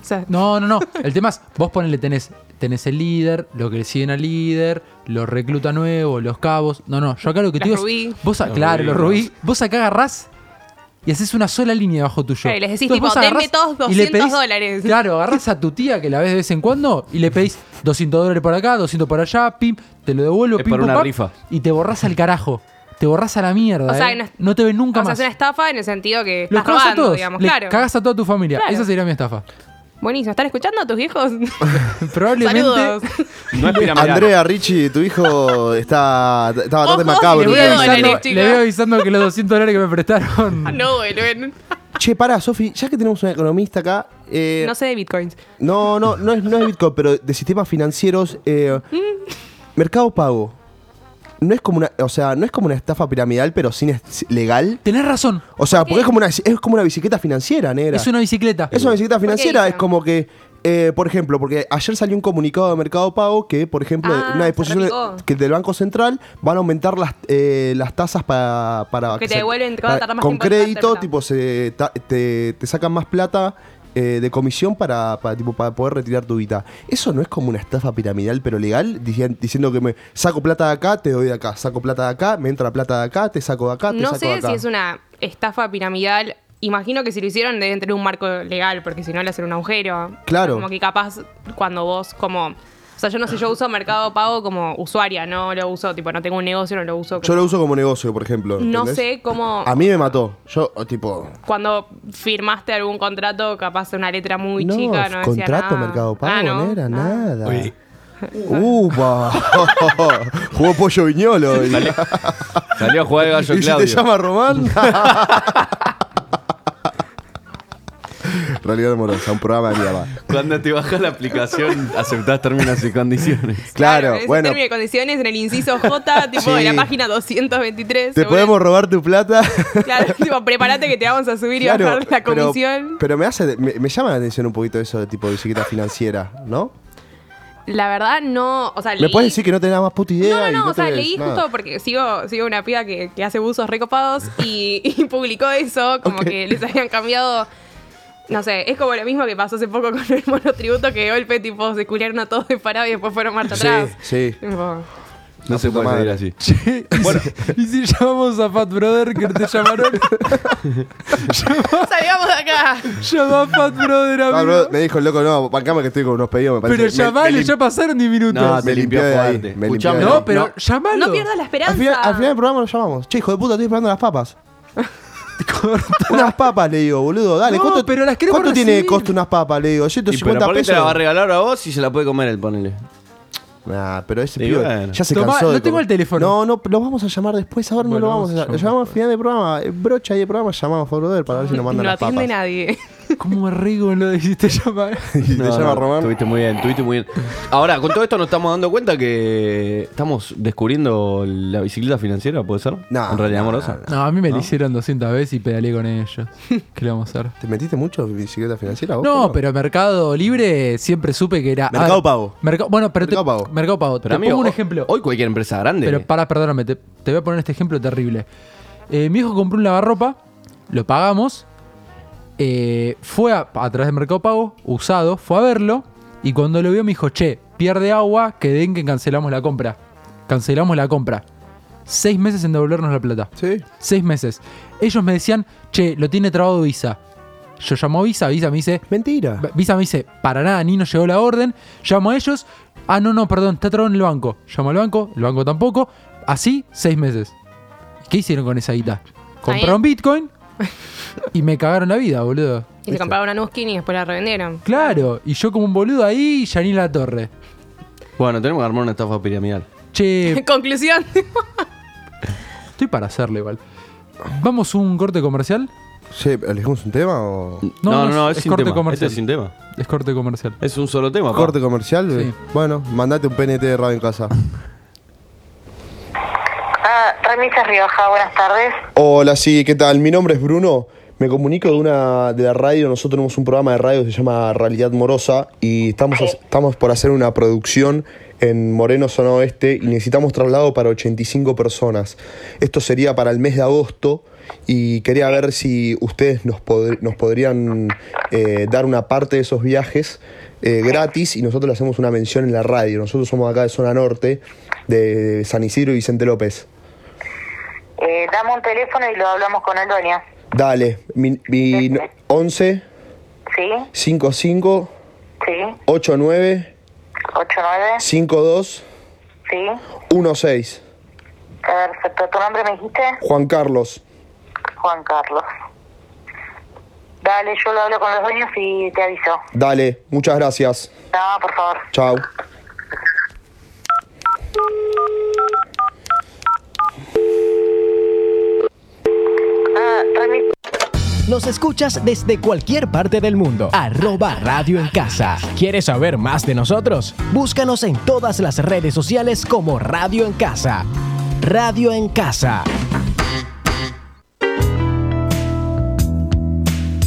L: O sea,
I: No, no, no. El tema es, vos ponele, tenés, tenés el líder, lo que le siguen al líder, los recluta nuevo, los cabos. No, no, yo acá lo que te
L: Los
I: digo
L: rubí.
I: es, vos, a-
K: Los
I: claro,
K: rubí,
I: los
K: ¿no?
I: rubí, vos acá agarrás y haces una sola línea bajo tuyo.
L: Claro, y les decís,
I: Entonces,
L: tipo,
I: vos agarrás
L: denme todos
I: y le
L: 200 dólares.
I: Claro, agarrás a tu tía que la ves de vez en cuando y le pedís 200 dólares por acá, 200 por allá, pim, te lo devuelvo,
K: Es
I: pim,
K: para
I: pum,
K: una
I: pam,
K: rifa.
I: Y te borrás al carajo. Te borrás a la mierda.
L: O sea,
I: ¿eh?
L: no es-
I: no te ven nunca
L: o sea,
I: más.
L: es una estafa en el sentido que
I: Los
L: estás
I: cagás a
L: robando,
I: todos.
L: digamos,
I: le
L: claro.
I: Cagás a toda tu familia.
L: Claro.
I: Esa sería mi estafa.
L: Buenísimo, ¿están escuchando a tus viejos?
I: Probablemente.
L: Saludos.
K: No es piramidal.
J: Andrea Richie, tu hijo está, está bastante
L: Ojo,
J: macabro.
I: Le voy,
L: Diez
I: avisando,
L: dólares, chicos.
I: le voy avisando que los 200 dólares que me prestaron.
L: no, vuelven.
J: Che, pará, Sofi, ya que tenemos una economista acá. eh,
L: No sé de bitcoins.
J: no, no, no es, no es Bitcoin, pero de sistemas financieros. eh, mercado Pago. No es como una, o sea, no es como una estafa piramidal, pero sin es- legal.
I: Tenés razón.
J: O sea, porque es como una, es como una bicicleta financiera, negra.
I: Es una bicicleta.
J: Es una bicicleta financiera,
I: Ok,
J: es como que, eh, por ejemplo, porque ayer salió un comunicado de Mercado Pago que, por ejemplo,
L: Ah,
J: una
L: se
J: disposición de-
L: replicó.
J: que del Banco Central van a aumentar las, eh, las tasas para, para
L: Que te
J: se-
L: devuelven, que van a
J: para-
L: tardar más
J: con
L: tiempo en
J: crédito,
L: dártela.
J: tipo se ta- te, te sacan más plata eh, de comisión para, para, tipo, para poder retirar tu guita. ¿Eso no es como una estafa piramidal pero legal? Dicien- diciendo que me saco plata de acá, te doy de acá, saco plata de acá, me entra plata de acá, te saco de acá, te
L: No
J: saco de
L: sé
J: acá.
L: si es una estafa piramidal. Imagino que si lo hicieron deben tener un marco legal, porque si no le hacen un agujero.
J: Claro.
L: Como que capaz cuando vos como... O sea, yo no sé, yo uso Mercado Pago como usuaria, no lo uso, tipo, no tengo un negocio, no lo uso. como-
J: Yo lo uso como negocio, por ejemplo.
L: No
J: ¿entendés? Ah,
L: sé cómo...
J: A mí me mató. Yo, oh, tipo.
L: Cuando firmaste algún contrato, capaz una letra muy
J: no,
L: chica, no decía
J: contrato,
L: nada.
J: mercado pago,
L: Ah, ¿no?
J: no era nada. ¡Upa! Jugó pollo viñolo. hoy.
K: Salió a jugar el gallo
J: ¿Y si
K: Claudio.
J: te llama Román? Realidad amorosa, un programa de mierda.
K: Cuando te bajas la aplicación, aceptás términos y condiciones.
J: Claro,
L: Ese
J: bueno.
L: término de condiciones en el inciso J, tipo de la
J: Sí.
L: página 223.
J: ¿Te
L: seguro.
J: podemos robar tu plata?
L: Claro, tipo, prepárate que te vamos a subir y
J: Claro,
L: bajar la
J: pero-
L: comisión.
J: Pero, me hace, me, me llama la atención un poquito eso de tipo de bicicleta financiera, ¿no?
L: La verdad, no. O sea,
J: ¿Me
L: leí-
J: puedes decir que no tenés más puta idea?
L: No, no,
J: y
L: no, o sea,
J: tenés
L: leí
J: nada?
L: justo porque sigo, sigo una piba que, que hace buzos recopados y, y publicó eso, como que les habían cambiado. No sé, es como lo mismo que pasó hace poco con el monotributo que de golpe, tipo, se culiaron a todos de parado y después fueron marcha atrás.
J: Sí,
L: Tipo,
K: No se puede
J: madre.
K: seguir así.
I: ¿Y si llamamos a Fat Brother que te llamaron?
L: Salgamos de acá.
I: Llama a Fat Brother,
J: Ah,
I: amigo.
J: bro, me dijo el loco, no, bancame que estoy con unos pedidos, me parece.
I: pero
J: Me- me
I: llamale,
J: lim-
I: ya pasaron 10 minutos.
J: No, me limpió de ahí. me limpió de ahí.
I: No, pero llamalo.
L: No pierdas la
J: Al
L: esperanza.
J: final, al final del programa lo llamamos. Che, hijo de puta, estoy esperando las papas. unas papas, le digo, boludo, dale.
I: No,
J: ¿Cuánto,
I: pero las queremos
J: ¿cuánto tiene de
I: recibir.
J: costo unas papas? Le digo,
K: Y, pero
J: 150
K: ¿por qué te
J: pesos.
K: la va a regalar a vos y se la puede comer él, ponele?
J: Nah, pero ese
K: Y
J: pibe
K: bueno.
J: ya se
K: Tomá,
J: cansó. de
K: no tengo
J: comer.
K: el teléfono.
J: No, no, lo vamos a llamar después. Ahora
K: Bueno,
J: no lo vamos a
K: vamos a
J: llamar. Lo llamamos al final del programa. eh, Brocha ahí el programa, llamamos a Brother para ver si nos
L: no
J: mandan las
L: atiende
J: papas.
L: nadie.
I: ¿Cómo me rigo en lo de hiciste llamar?
J: Y te llama Román.
K: Tuviste muy bien, tuviste muy bien. Ahora, con todo esto nos estamos dando cuenta que estamos descubriendo la bicicleta financiera, ¿puede ser? en realidad amorosa.
I: No, a mí me
K: ¿No?
I: lo hicieron 200 veces y pedaleé con ellos. ¿Qué le vamos a hacer?
J: ¿Te metiste mucho en bicicleta financiera vos?
I: No, pero Mercado Libre siempre supe que era.
K: Mercado
I: ah,
K: Pago.
I: Merca- bueno, pero
K: Mercado
I: te,
K: Pago.
I: Mercado Pago.
K: Pero
I: te
K: amigo,
I: pongo un
K: hoy-
I: ejemplo.
K: Hoy cualquier empresa grande.
I: Pero para, perdóname, te, te voy a poner este ejemplo terrible. Eh, mi hijo compró un lavarropa, lo pagamos, eh, fue a, a través de Mercado Pago, usado, fue a verlo y cuando lo vio me dijo, che, pierde agua, que den que cancelamos la compra. Cancelamos la compra. Seis meses en devolvernos la plata.
J: Sí.
I: Seis meses. Ellos me decían, che, lo tiene trabado Visa. Yo llamo a Visa, Visa me dice...
J: Mentira.
I: Visa me dice, para nada, ni nos llegó la orden. Llamo a ellos. Ah, no, no, perdón, está trabado en el banco. Llamo al banco, el banco tampoco. Así, seis meses. ¿Y ¿Qué hicieron con esa guita? Compraron Bitcoin y me cagaron la vida, boludo.
L: Y se compraron una Nuskin y después la revendieron.
I: Claro, y yo como un boludo ahí, Janine La Torre.
K: Bueno, tenemos que armar una estafa piramidal.
I: Che,
L: Conclusión.
I: estoy para hacerle igual. ¿Vamos a un corte comercial?
J: Sí, ¿elegimos un tema o.?
I: No,
K: No,
I: no,
K: no, no,
I: es,
K: es
I: es
K: sin
I: corte
K: tema,
I: comercial.
K: este es sin tema.
I: Es corte comercial.
K: Es un solo tema. pa.
J: Corte comercial. eh. Bueno, mandate un PNT de radio en casa.
O: Ah, Remisas Rioja, buenas tardes.
J: Hola, sí, ¿qué tal? Mi nombre es Bruno. Me comunico de una de la radio. Nosotros tenemos un programa de radio que se llama Realidad Morosa y estamos, hac- estamos por hacer una producción en Moreno Zona Oeste y necesitamos traslado para 85 personas. Esto sería para el mes de agosto y quería ver si ustedes nos, pod- nos podrían eh, dar una parte de esos viajes eh, gratis y nosotros le hacemos una mención en la radio. Nosotros somos acá de Zona Norte, de San Isidro y Vicente López.
O: Eh, dame un teléfono y lo hablamos con Aldonia.
J: Dale, mi, mi no- 11
O: ¿Sí?
J: 55
O: ¿Sí?
J: 89
O: 89
J: 52
O: ¿Sí?
J: 16.
O: Perfecto. ¿Tu nombre me dijiste?
J: Juan Carlos.
O: Juan Carlos. Dale, yo lo hablo con los dueños y te aviso.
J: Dale, muchas gracias.
O: No, por favor.
J: Chao.
P: Nos escuchas desde cualquier parte del mundo. Arroba Radio en Casa. ¿Quieres saber más de nosotros? Búscanos en todas las redes sociales como Radio en Casa. Radio en Casa.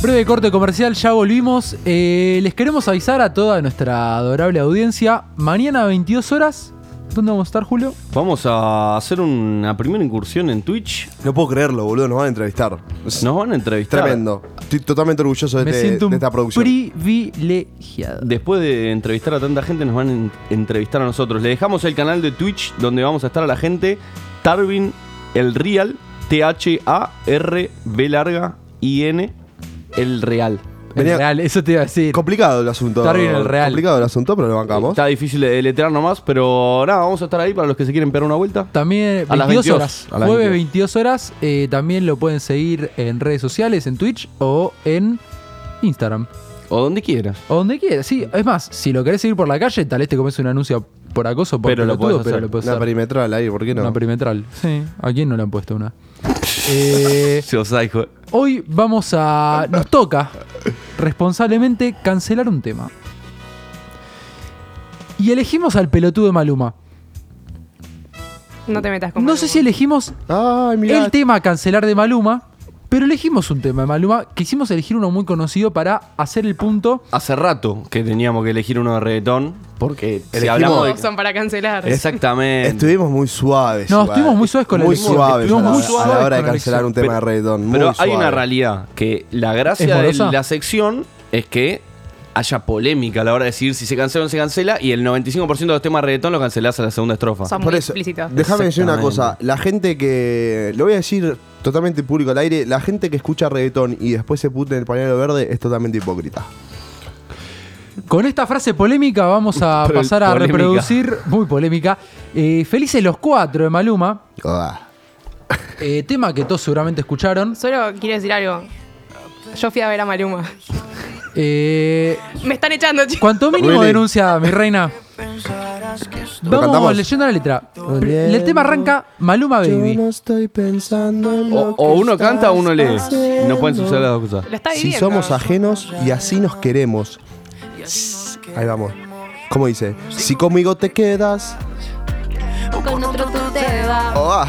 I: Breve corte comercial, ya volvimos. Eh, les queremos avisar a toda nuestra adorable audiencia, mañana a 22 horas ¿Dónde vamos a estar, Julio?
K: Vamos a hacer una primera incursión en Twitch.
J: No puedo creerlo, boludo. Nos van a entrevistar.
K: Nos van a entrevistar.
J: Tremendo. Estoy totalmente orgulloso de,
K: Me
J: este-
K: siento un
J: de esta producción.
I: Privilegiado.
K: Después de entrevistar a tanta gente, nos van a en- entrevistar a nosotros. Le dejamos el canal de Twitch donde vamos a estar a la gente. Tarvin el Real, T-H-A-R-B larga, I-N, el Real.
J: Venía-
I: Real, eso te iba a decir.
J: Complicado el asunto.
K: Tarvin el Real.
J: Complicado el asunto, pero lo bancamos.
K: Está difícil de deletrear nomás, pero nada, vamos a estar ahí para los que se quieren pegar una vuelta.
I: También
K: a las
I: 22
K: 22,
I: horas.
K: a las
I: Jueves
K: 22.
I: 22 horas. eh, también lo pueden seguir en redes sociales, en Twitch o en Instagram.
K: O donde quieras.
I: O donde quieras, sí. Es más, si lo querés seguir por la calle, tal vez te comes un anuncio por acoso, por
K: Pero lo
I: pelotudo,
K: podés hacer.
I: pero lo podés
K: Una
I: hacer.
J: perimetral ahí, ¿por qué no?
I: Una perimetral. Sí. ¿A quién no le han puesto una? Eh,
K: Se os da, hijo.
I: hoy vamos a. Nos toca responsablemente cancelar un tema. Y elegimos al pelotudo de Maluma.
L: No te metas con
I: No sé si elegimos el tema a cancelar de Maluma, pero elegimos un tema de Maluma. Quisimos elegir uno muy conocido para hacer el punto.
K: Hace rato que teníamos que elegir uno de reggaetón, porque si hablamos
L: Todos
K: de...
L: son para cancelar.
K: Exactamente.
J: Estuvimos muy suaves.
I: No,
J: igual.
I: estuvimos muy suaves con la
J: Muy
I: elección.
J: suaves a
I: Estuvimos
J: la,
I: muy
J: a la
I: suaves
J: hora de
I: con la
J: cancelar un tema de reggaetón.
K: Pero
J: muy
K: hay una
J: suave.
K: realidad, que la
J: ¿Es
K: gracia de
J: morosa?
K: la sección es que haya polémica a la hora de decir si se cancela o no se cancela y el 95% de los temas de reggaetón lo cancelás a la segunda estrofa.
L: Son muy explícitos.
J: Déjame decir una
K: Exactamente.
J: cosa. La gente que. Lo voy a decir totalmente público al aire. La gente que escucha reggaetón y después se puta en el pañuelo verde es totalmente hipócrita.
I: Con esta frase polémica vamos a
J: Pero
I: pasar a
J: polémica.
I: reproducir, muy polémica, eh, Felices los Cuatro de Maluma.
J: Ah.
I: Eh, tema que todos seguramente escucharon.
L: Solo quiero decir algo. Yo fui a ver a Maluma.
I: Eh,
L: Me están echando, chicos.
I: ¿Cuánto mínimo
L: Really?
I: denuncia, mi reina?
L: ¿Lo
I: Vamos
L: cantamos?
I: leyendo la letra. El tema arranca Maluma Baby.
J: estoy pensando
K: O, o uno canta o uno lee. No pueden suceder las dos cosas.
J: Si somos ajenos y así nos queremos. Ahí vamos. ¿Cómo dice? Si conmigo te quedas,
D: Con otro tú te vas.
J: oh, ah,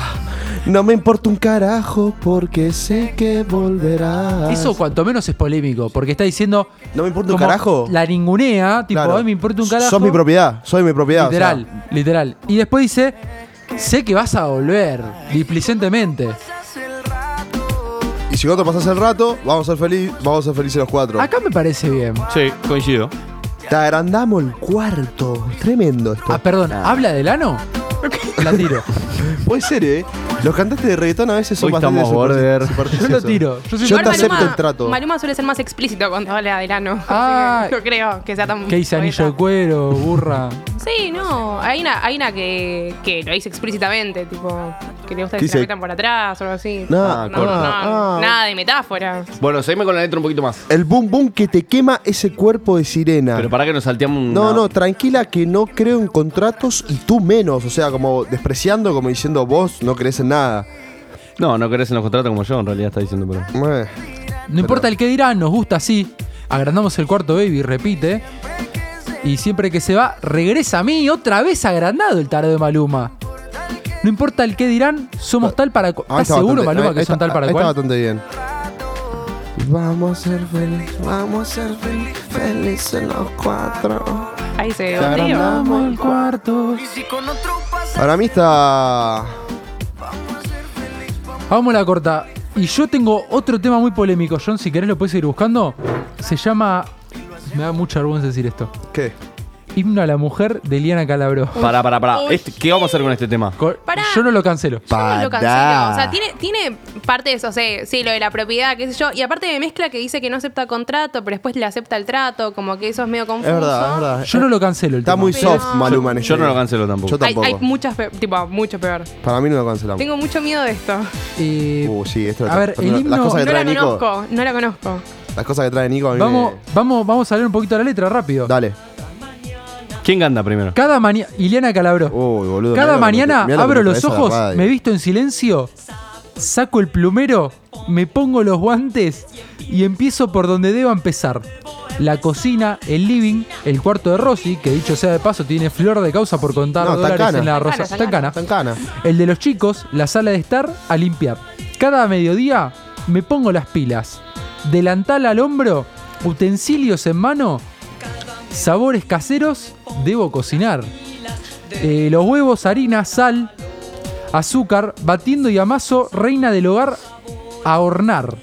J: no me importa un carajo porque sé que volverás.
I: Eso cuanto menos es polémico, porque está diciendo...
J: No me importa
I: un
J: carajo.
I: La ningunea, tipo,
J: Claro.
I: ay, me importa un carajo.
J: Sos mi propiedad, soy mi propiedad. o sea,
I: Literal, literal. Y después dice, sé que vas a volver, displicentemente.
J: y si vos te pasás el rato, vamos a ser felices, vamos a ser felices los cuatro.
I: Acá me parece bien. Ah,
K: Sí, coincido.
J: Te agrandamos el cuarto. Tremendo esto.
I: Ah, perdón, ¿habla del ano? La tiro.
J: Puede ser, ¿eh? Los cantantes de reggaetón a veces son
K: Hoy
J: bastante
K: estamos border.
J: supersti-
I: Yo
J: supersticiosos.
I: lo tiro. Yo soy-
J: Yo te
L: Igual
J: acepto
L: Maluma-
J: el trato.
L: Maluma suele ser más explícito cuando habla del ano.
I: Ah.
L: Así que No creo que sea tan.
I: ¿Qué dice anillo de cuero, burra?
L: Sí, no. Hay una, hay una que, que lo dice explícitamente, tipo, que le gusta
K: ¿Qué
L: que se la
K: dice?
L: metan por atrás o algo así.
J: No,
L: no,
K: corta.
L: no, nada de metáfora.
K: Bueno, seguime con la letra un poquito más.
J: El boom boom que te quema ese cuerpo de sirena.
K: Pero para que nos salteamos un.
J: Ah. No, no, tranquila que no creo en contratos y tú menos. O sea, como despreciando, como diciendo vos no crees en nada.
K: No, no querés en los contratos como yo, en realidad está diciendo, pero.
J: Eh,
I: No importa el que dirán, nos gusta así. Agrandamos el cuarto baby, repite. Y siempre que se va, regresa a mí, otra vez agrandado el tarado de Maluma. No importa el que dirán, somos tal para cual.
J: Ah, ahí
I: ¿Estás
J: está
I: seguro,
J: bastante-
I: Maluma,
J: ahí-
I: que
J: ahí
I: son
J: está-
I: tal para
J: ahí Está
I: cual?
J: bastante bien.
E: Vamos a ser felices, vamos a ser felices, felices los cuatro.
L: Ahí se
J: Te agrandamos
L: el cuarto.
J: Para mí está.
I: Vamos a la corta. Y yo tengo otro tema muy polémico, John. Si querés lo puedes ir buscando. Se llama. Me da mucha vergüenza decir esto.
J: ¿Qué?
I: Himno a la mujer de Liana Calabro.
K: Pará, pará, pará. Este- ¿Qué vamos a hacer con este tema?
L: Pará.
I: Yo no lo cancelo.
L: No lo cancelo. O sea, tiene, tiene parte de eso, sí, sí, lo de la propiedad, qué sé yo. Y aparte me mezcla que dice que no acepta contrato, pero después le acepta el trato, como que eso es medio confuso.
J: verdad.
I: Yo no lo cancelo. El
J: Está
I: tema.
J: muy soft, Maluma. en
K: Yo
J: este.
K: no lo cancelo tampoco.
J: Yo
L: Hay,
J: tampoco.
L: hay muchas, pe- tipo, mucho peor.
J: Para mí no lo cancelamos.
L: Tengo mucho miedo de esto.
I: Eh,
J: Uh, sí, esto lo-
I: a ver, el
J: las
I: himno-
J: cosas que
L: No
J: trae
L: la
J: Nico.
L: conozco, no la conozco.
J: Las cosas que trae Nico a mí
I: Vamos, vamos, vamos a leer un poquito la letra rápido.
J: Dale.
K: ¿Quién canta primero?
I: Cada mañana. Ileana Calabró.
J: Uy, boludo. mirá
I: Cada
J: lo que-
I: mañana
J: mirá lo que
I: abro
J: me
I: los
J: traes a la
I: ojos,
J: radio.
I: me visto en silencio, saco el plumero, me pongo los guantes y empiezo por donde deba empezar. La cocina, el living, el cuarto de Rosy, que dicho sea de paso tiene flor de causa por contar
J: No,
I: dólares
J: Tancana.
I: en la rosa. Tancana. El de los chicos, la sala de estar, a limpiar. Cada mediodía me pongo las pilas. Delantal al hombro, utensilios en mano, sabores caseros, debo cocinar. eh, los huevos, harina, sal, azúcar, batiendo y amaso, reina del hogar, a hornar.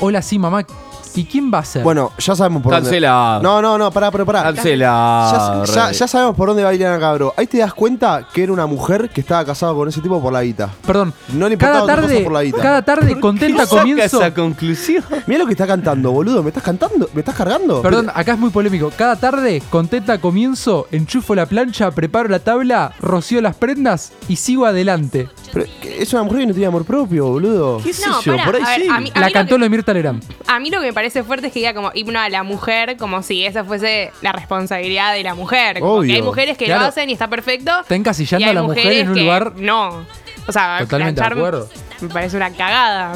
I: Hola, sí, mamá. ¿Y quién va a ser?
J: Bueno, ya sabemos por
K: Cancela.
J: dónde. No, no, no, pará, pero pará.
K: Cancela.
J: Ya, ya- ya sabemos por dónde va Iliana Cabro. Ahí te das cuenta que era una mujer que estaba casada con ese tipo por la guita.
I: Perdón.
J: No le importaba
I: Cada
J: otra cosa
I: tarde,
J: por la guita.
I: cada tarde contenta comienzo.
K: conclusión?
J: Mira lo que está cantando, boludo. ¿Me estás cantando? ¿Me estás cargando?
I: Perdón, acá es muy polémico. Cada tarde, contenta comienzo, enchufo la plancha, preparo la tabla, rocío las prendas y sigo adelante.
J: Pero, ¿qué? es una mujer que no tiene amor propio, boludo.
L: ¿Qué sé No, yo? pará, Por ahí a ver, sí. a mí- a mí
I: la
L: lo
I: cantó
L: que-
I: lo de Mirta Legrand.
L: A mí lo que me parece fuerte es que diga como himno a la mujer, como si esa fuese la responsabilidad de la mujer. Como
I: Obvio.
L: que hay mujeres que
I: Claro.
L: lo hacen y está perfecto.
I: Está encasillando
L: y hay
I: a la mujer
L: mujeres
I: en un
L: que
I: lugar-
L: No. O sea,
I: Totalmente de
L: planchar
I: acuerdo.
L: Me parece una cagada.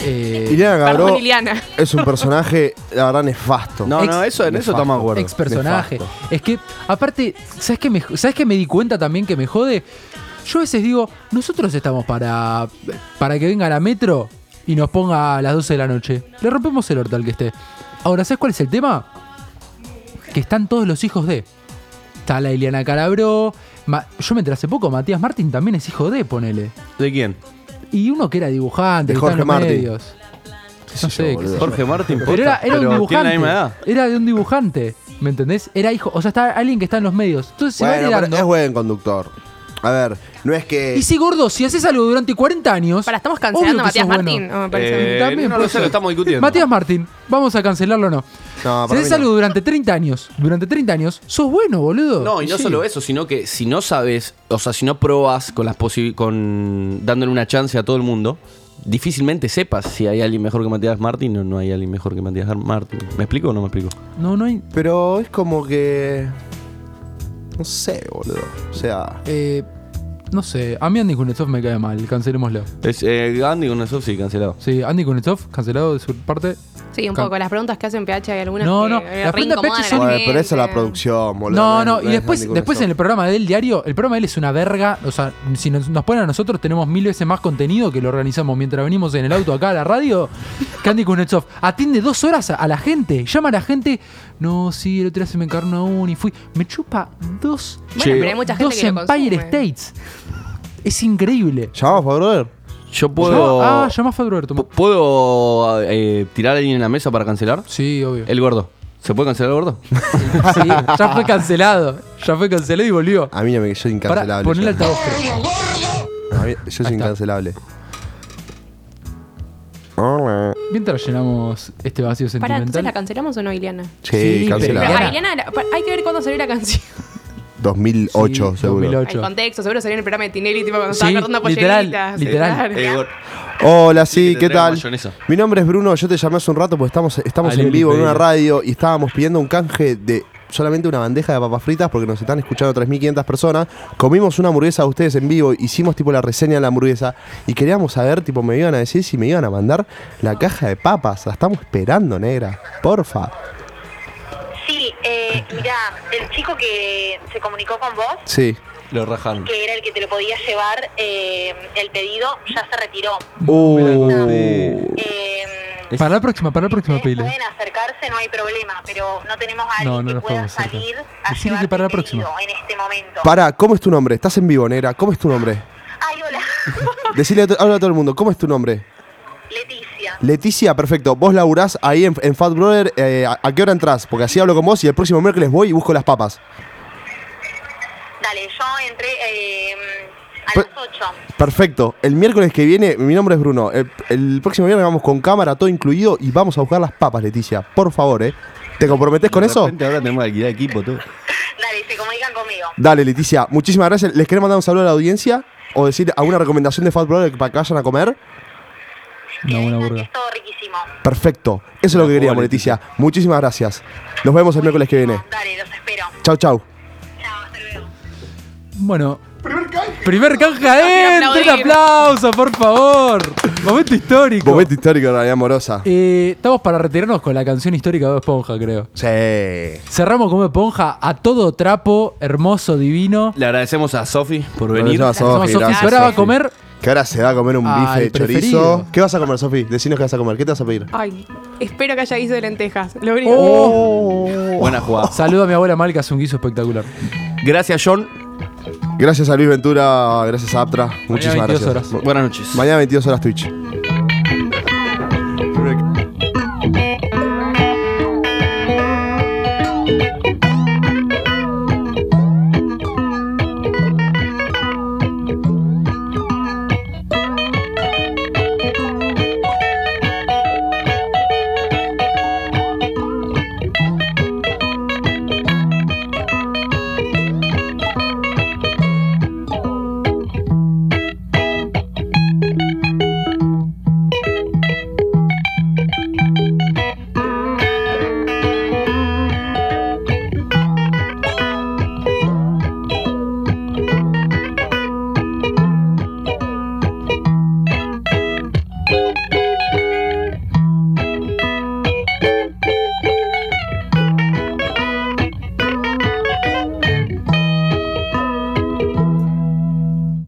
I: eh,
J: Iliana Cabro
L: Perdón, Iliana.
J: es un personaje, la verdad, nefasto.
I: Eh,
K: No, no, eso- en eso estamos de acuerdo.
I: Ex personaje. Es que, aparte, ¿sabes qué, me, ¿sabes qué me di cuenta también que me jode? Yo a veces digo, nosotros estamos para, para que venga la metro y nos ponga a las 12 de la noche. Le rompemos el hortal que esté. Ahora, ¿sabes cuál es el tema? Que están todos los hijos de. Está la Eliana Calabró. Ma- yo me enteré hace poco, Matías Martín también es hijo de, ponele.
K: ¿De quién?
I: Y uno que era dibujante,
K: De
I: que está en
K: Jorge
I: los
K: Martín.
I: medios. No sé, qué sé yo.
K: Jorge Martín,
I: Pero era, era un
K: tiene la
I: dibujante.
K: misma edad.
I: Era de un dibujante. ¿Me entendés? Era hijo. O sea, está alguien que está en los medios. Entonces se
J: Bueno,
I: va
J: pero
I: tirando.
J: es buen conductor. A ver, no es que.
I: Y si gordo, si haces algo durante 40 años. Para, estamos
L: cancelando a Matías Martín, no me parece. Eh, no lo sé, lo estamos discutiendo.
I: pues, Matías Martín, vamos a cancelarlo o no.
J: No,
I: si
K: para mí
I: haces
K: no.
I: algo durante 30 años, durante 30 años, sos bueno, boludo.
K: No, y no
I: Sí.
K: solo eso, sino que si no sabes, o sea, si no probas con las posi- con dándole una chance a todo el mundo, difícilmente sepas si hay alguien mejor que Matías Martín o no hay alguien mejor que Matías Martín. ¿Me explico o no me explico?
I: No, no hay.
J: Pero es como que. No sé, boludo. O sea.
I: Eh, no sé. A mí Andy Kunetsov me cae mal. Cancelémoslo.
K: Es, eh, Andy con eso sí, cancelado.
I: Sí, Andy Kunetsov, cancelado de su parte.
L: Sí, un
I: Can-
L: poco. Las preguntas que hacen PH hay algunas
I: No,
L: que
I: no,
L: eh,
I: las
L: re
I: preguntas PH
L: incomodan a
I: son-
L: la
J: Bueno,
L: gente.
J: pero esa es la producción, boludo.
I: eh. No,
J: es-
I: no, y
J: es
I: después,
J: Andy con
I: después
J: eso.
I: en el programa del diario, el programa de él es una verga. O sea, si nos, nos ponen a nosotros, tenemos mil veces más contenido que lo organizamos mientras venimos en el auto acá a la radio. Candy Kunetsov atiende dos horas a, a la gente, llama a la gente. No, sí, el otro día se me encarnó uno y fui. Me chupa dos.
L: Bueno, pero hay mucha gente
I: dos
L: que lo
I: Empire
L: consume.
I: States. Es increíble.
J: ¿Llamamos a brother?
K: Yo puedo.
I: Ah, llamás a Fabrero, toma.
K: P- ¿Puedo eh, tirar a alguien en la mesa para cancelar?
I: Sí, obvio.
K: El gordo. ¿Se puede cancelar el gordo?
I: Sí, ya fue cancelado. Ya fue cancelado y volvió.
K: Ah,
J: A mí no me. Yo soy
I: Para,
J: incancelable.
I: poné el
J: ya.
I: altavoz. creo.
J: A mí- yo soy incancelable. Hola.
I: Mientras llenamos este vacío
L: Pará,
I: sentimental.
L: ¿entonces la cancelamos o no, Iliana?
J: Sí,
I: pero
J: cancelado.
L: Pero a Iliana, la- pa- hay que ver cuándo salió la canción.
J: 2008, seguro.
L: El contexto, seguro salió en el programa de Tinelli, tipo cuando estaba
J: Sí,
L: cortando
J: literal,
L: polleritas.
J: literal.
L: Claro.
I: Eh,
J: Hola, sí,
K: que
J: ¿qué
K: te traiga
J: tal?
K: mayonesa.
J: Mi nombre es Bruno, yo te llamé hace un rato porque estamos, estamos
K: Ale,
J: en
K: Eli
J: vivo en una
K: Pereira.
J: radio y estábamos pidiendo un canje de solamente una bandeja de papas fritas porque nos están escuchando 3.500 personas. Comimos una hamburguesa de ustedes en vivo, hicimos tipo la reseña de la hamburguesa y queríamos saber, tipo, me iban a decir si me iban a mandar la caja de papas. La estamos esperando, negra. Porfa.
O: Sí, eh, mira, el chico que se comunicó con vos,
J: Sí.
K: Lo rajaron.
O: que era el que te lo podía llevar eh, el pedido, ya se retiró.
J: Uh.
I: Uh,
K: Uh.
O: Eh,
I: Para la próxima, para la próxima pile.
O: Pueden acercarse, no hay problema, pero no tenemos a
I: No,
O: alguien
I: no
O: que
I: nos
O: pueda
I: podemos acercar.
O: salir
I: Decirle que para la próxima.
O: en este momento.
J: Para, ¿cómo es tu nombre? Estás en vivo, negra. ¿Cómo es tu nombre?
O: Ay, hola,
J: Decirle a, to- habla a todo el mundo, ¿cómo es tu nombre?
O: Leticia.
J: Leticia, perfecto. Vos laburás ahí en, en Fat Brother. eh, ¿a, a qué hora entrás? Porque así hablo con vos y el próximo miércoles voy y busco las papas.
O: Dale, yo entré eh, a
J: Pe-
O: las 8.
J: Perfecto. El miércoles que viene, mi nombre es Bruno. El, el próximo viernes vamos con cámara, todo incluido, y vamos a buscar las papas, Leticia. Por favor, ¿eh? ¿Te comprometes con eso?
K: Ahora tenemos que alquilar equipo, todo.
O: Dale, se comunican conmigo.
J: Dale, Leticia. Muchísimas gracias. ¿Les querés mandar un saludo a la audiencia? ¿O decir alguna recomendación de Fat Brother para que vayan a comer?
I: No, una burga.
J: Perfecto. Eso es lo que queríamos, Leticia. Muchísimas gracias. Nos vemos el miércoles que viene.
O: Dale, los espero.
J: Chau, chau.
I: Bueno. Primer canje. Primer
J: Quiero
I: adentro. Un
J: aplaudir.
I: aplauso, por favor. Momento histórico.
J: Momento histórico de la vida amorosa.
I: Eh, estamos para retirarnos con la canción histórica de Bob Esponja, creo.
J: Sí.
I: Cerramos con Bob Esponja a todo trapo, hermoso, divino.
K: Le agradecemos a Sofi por
J: Nos
K: venir.
J: vemos, Sofi, gracias,
I: Ahora va a
J: Sofi.
I: comer.
J: Que ahora se va a comer un
I: Ah,
J: bife
I: el
J: de chorizo.
I: preferido.
J: ¿Qué vas a comer, Sofi? Decinos qué vas a comer. ¿Qué te vas a pedir?
L: Ay, espero que haya guiso de lentejas. Lo único.
I: Oh.
K: Buena jugada.
I: Saludo a mi abuela Mal, que hace un guiso espectacular.
K: Gracias, John.
I: Ah.
J: Gracias a Luis Ventura, gracias a Aptra. Muchísimas
K: 22
J: gracias.
K: horas. Buenas noches.
J: Mañana 22 horas Twitch.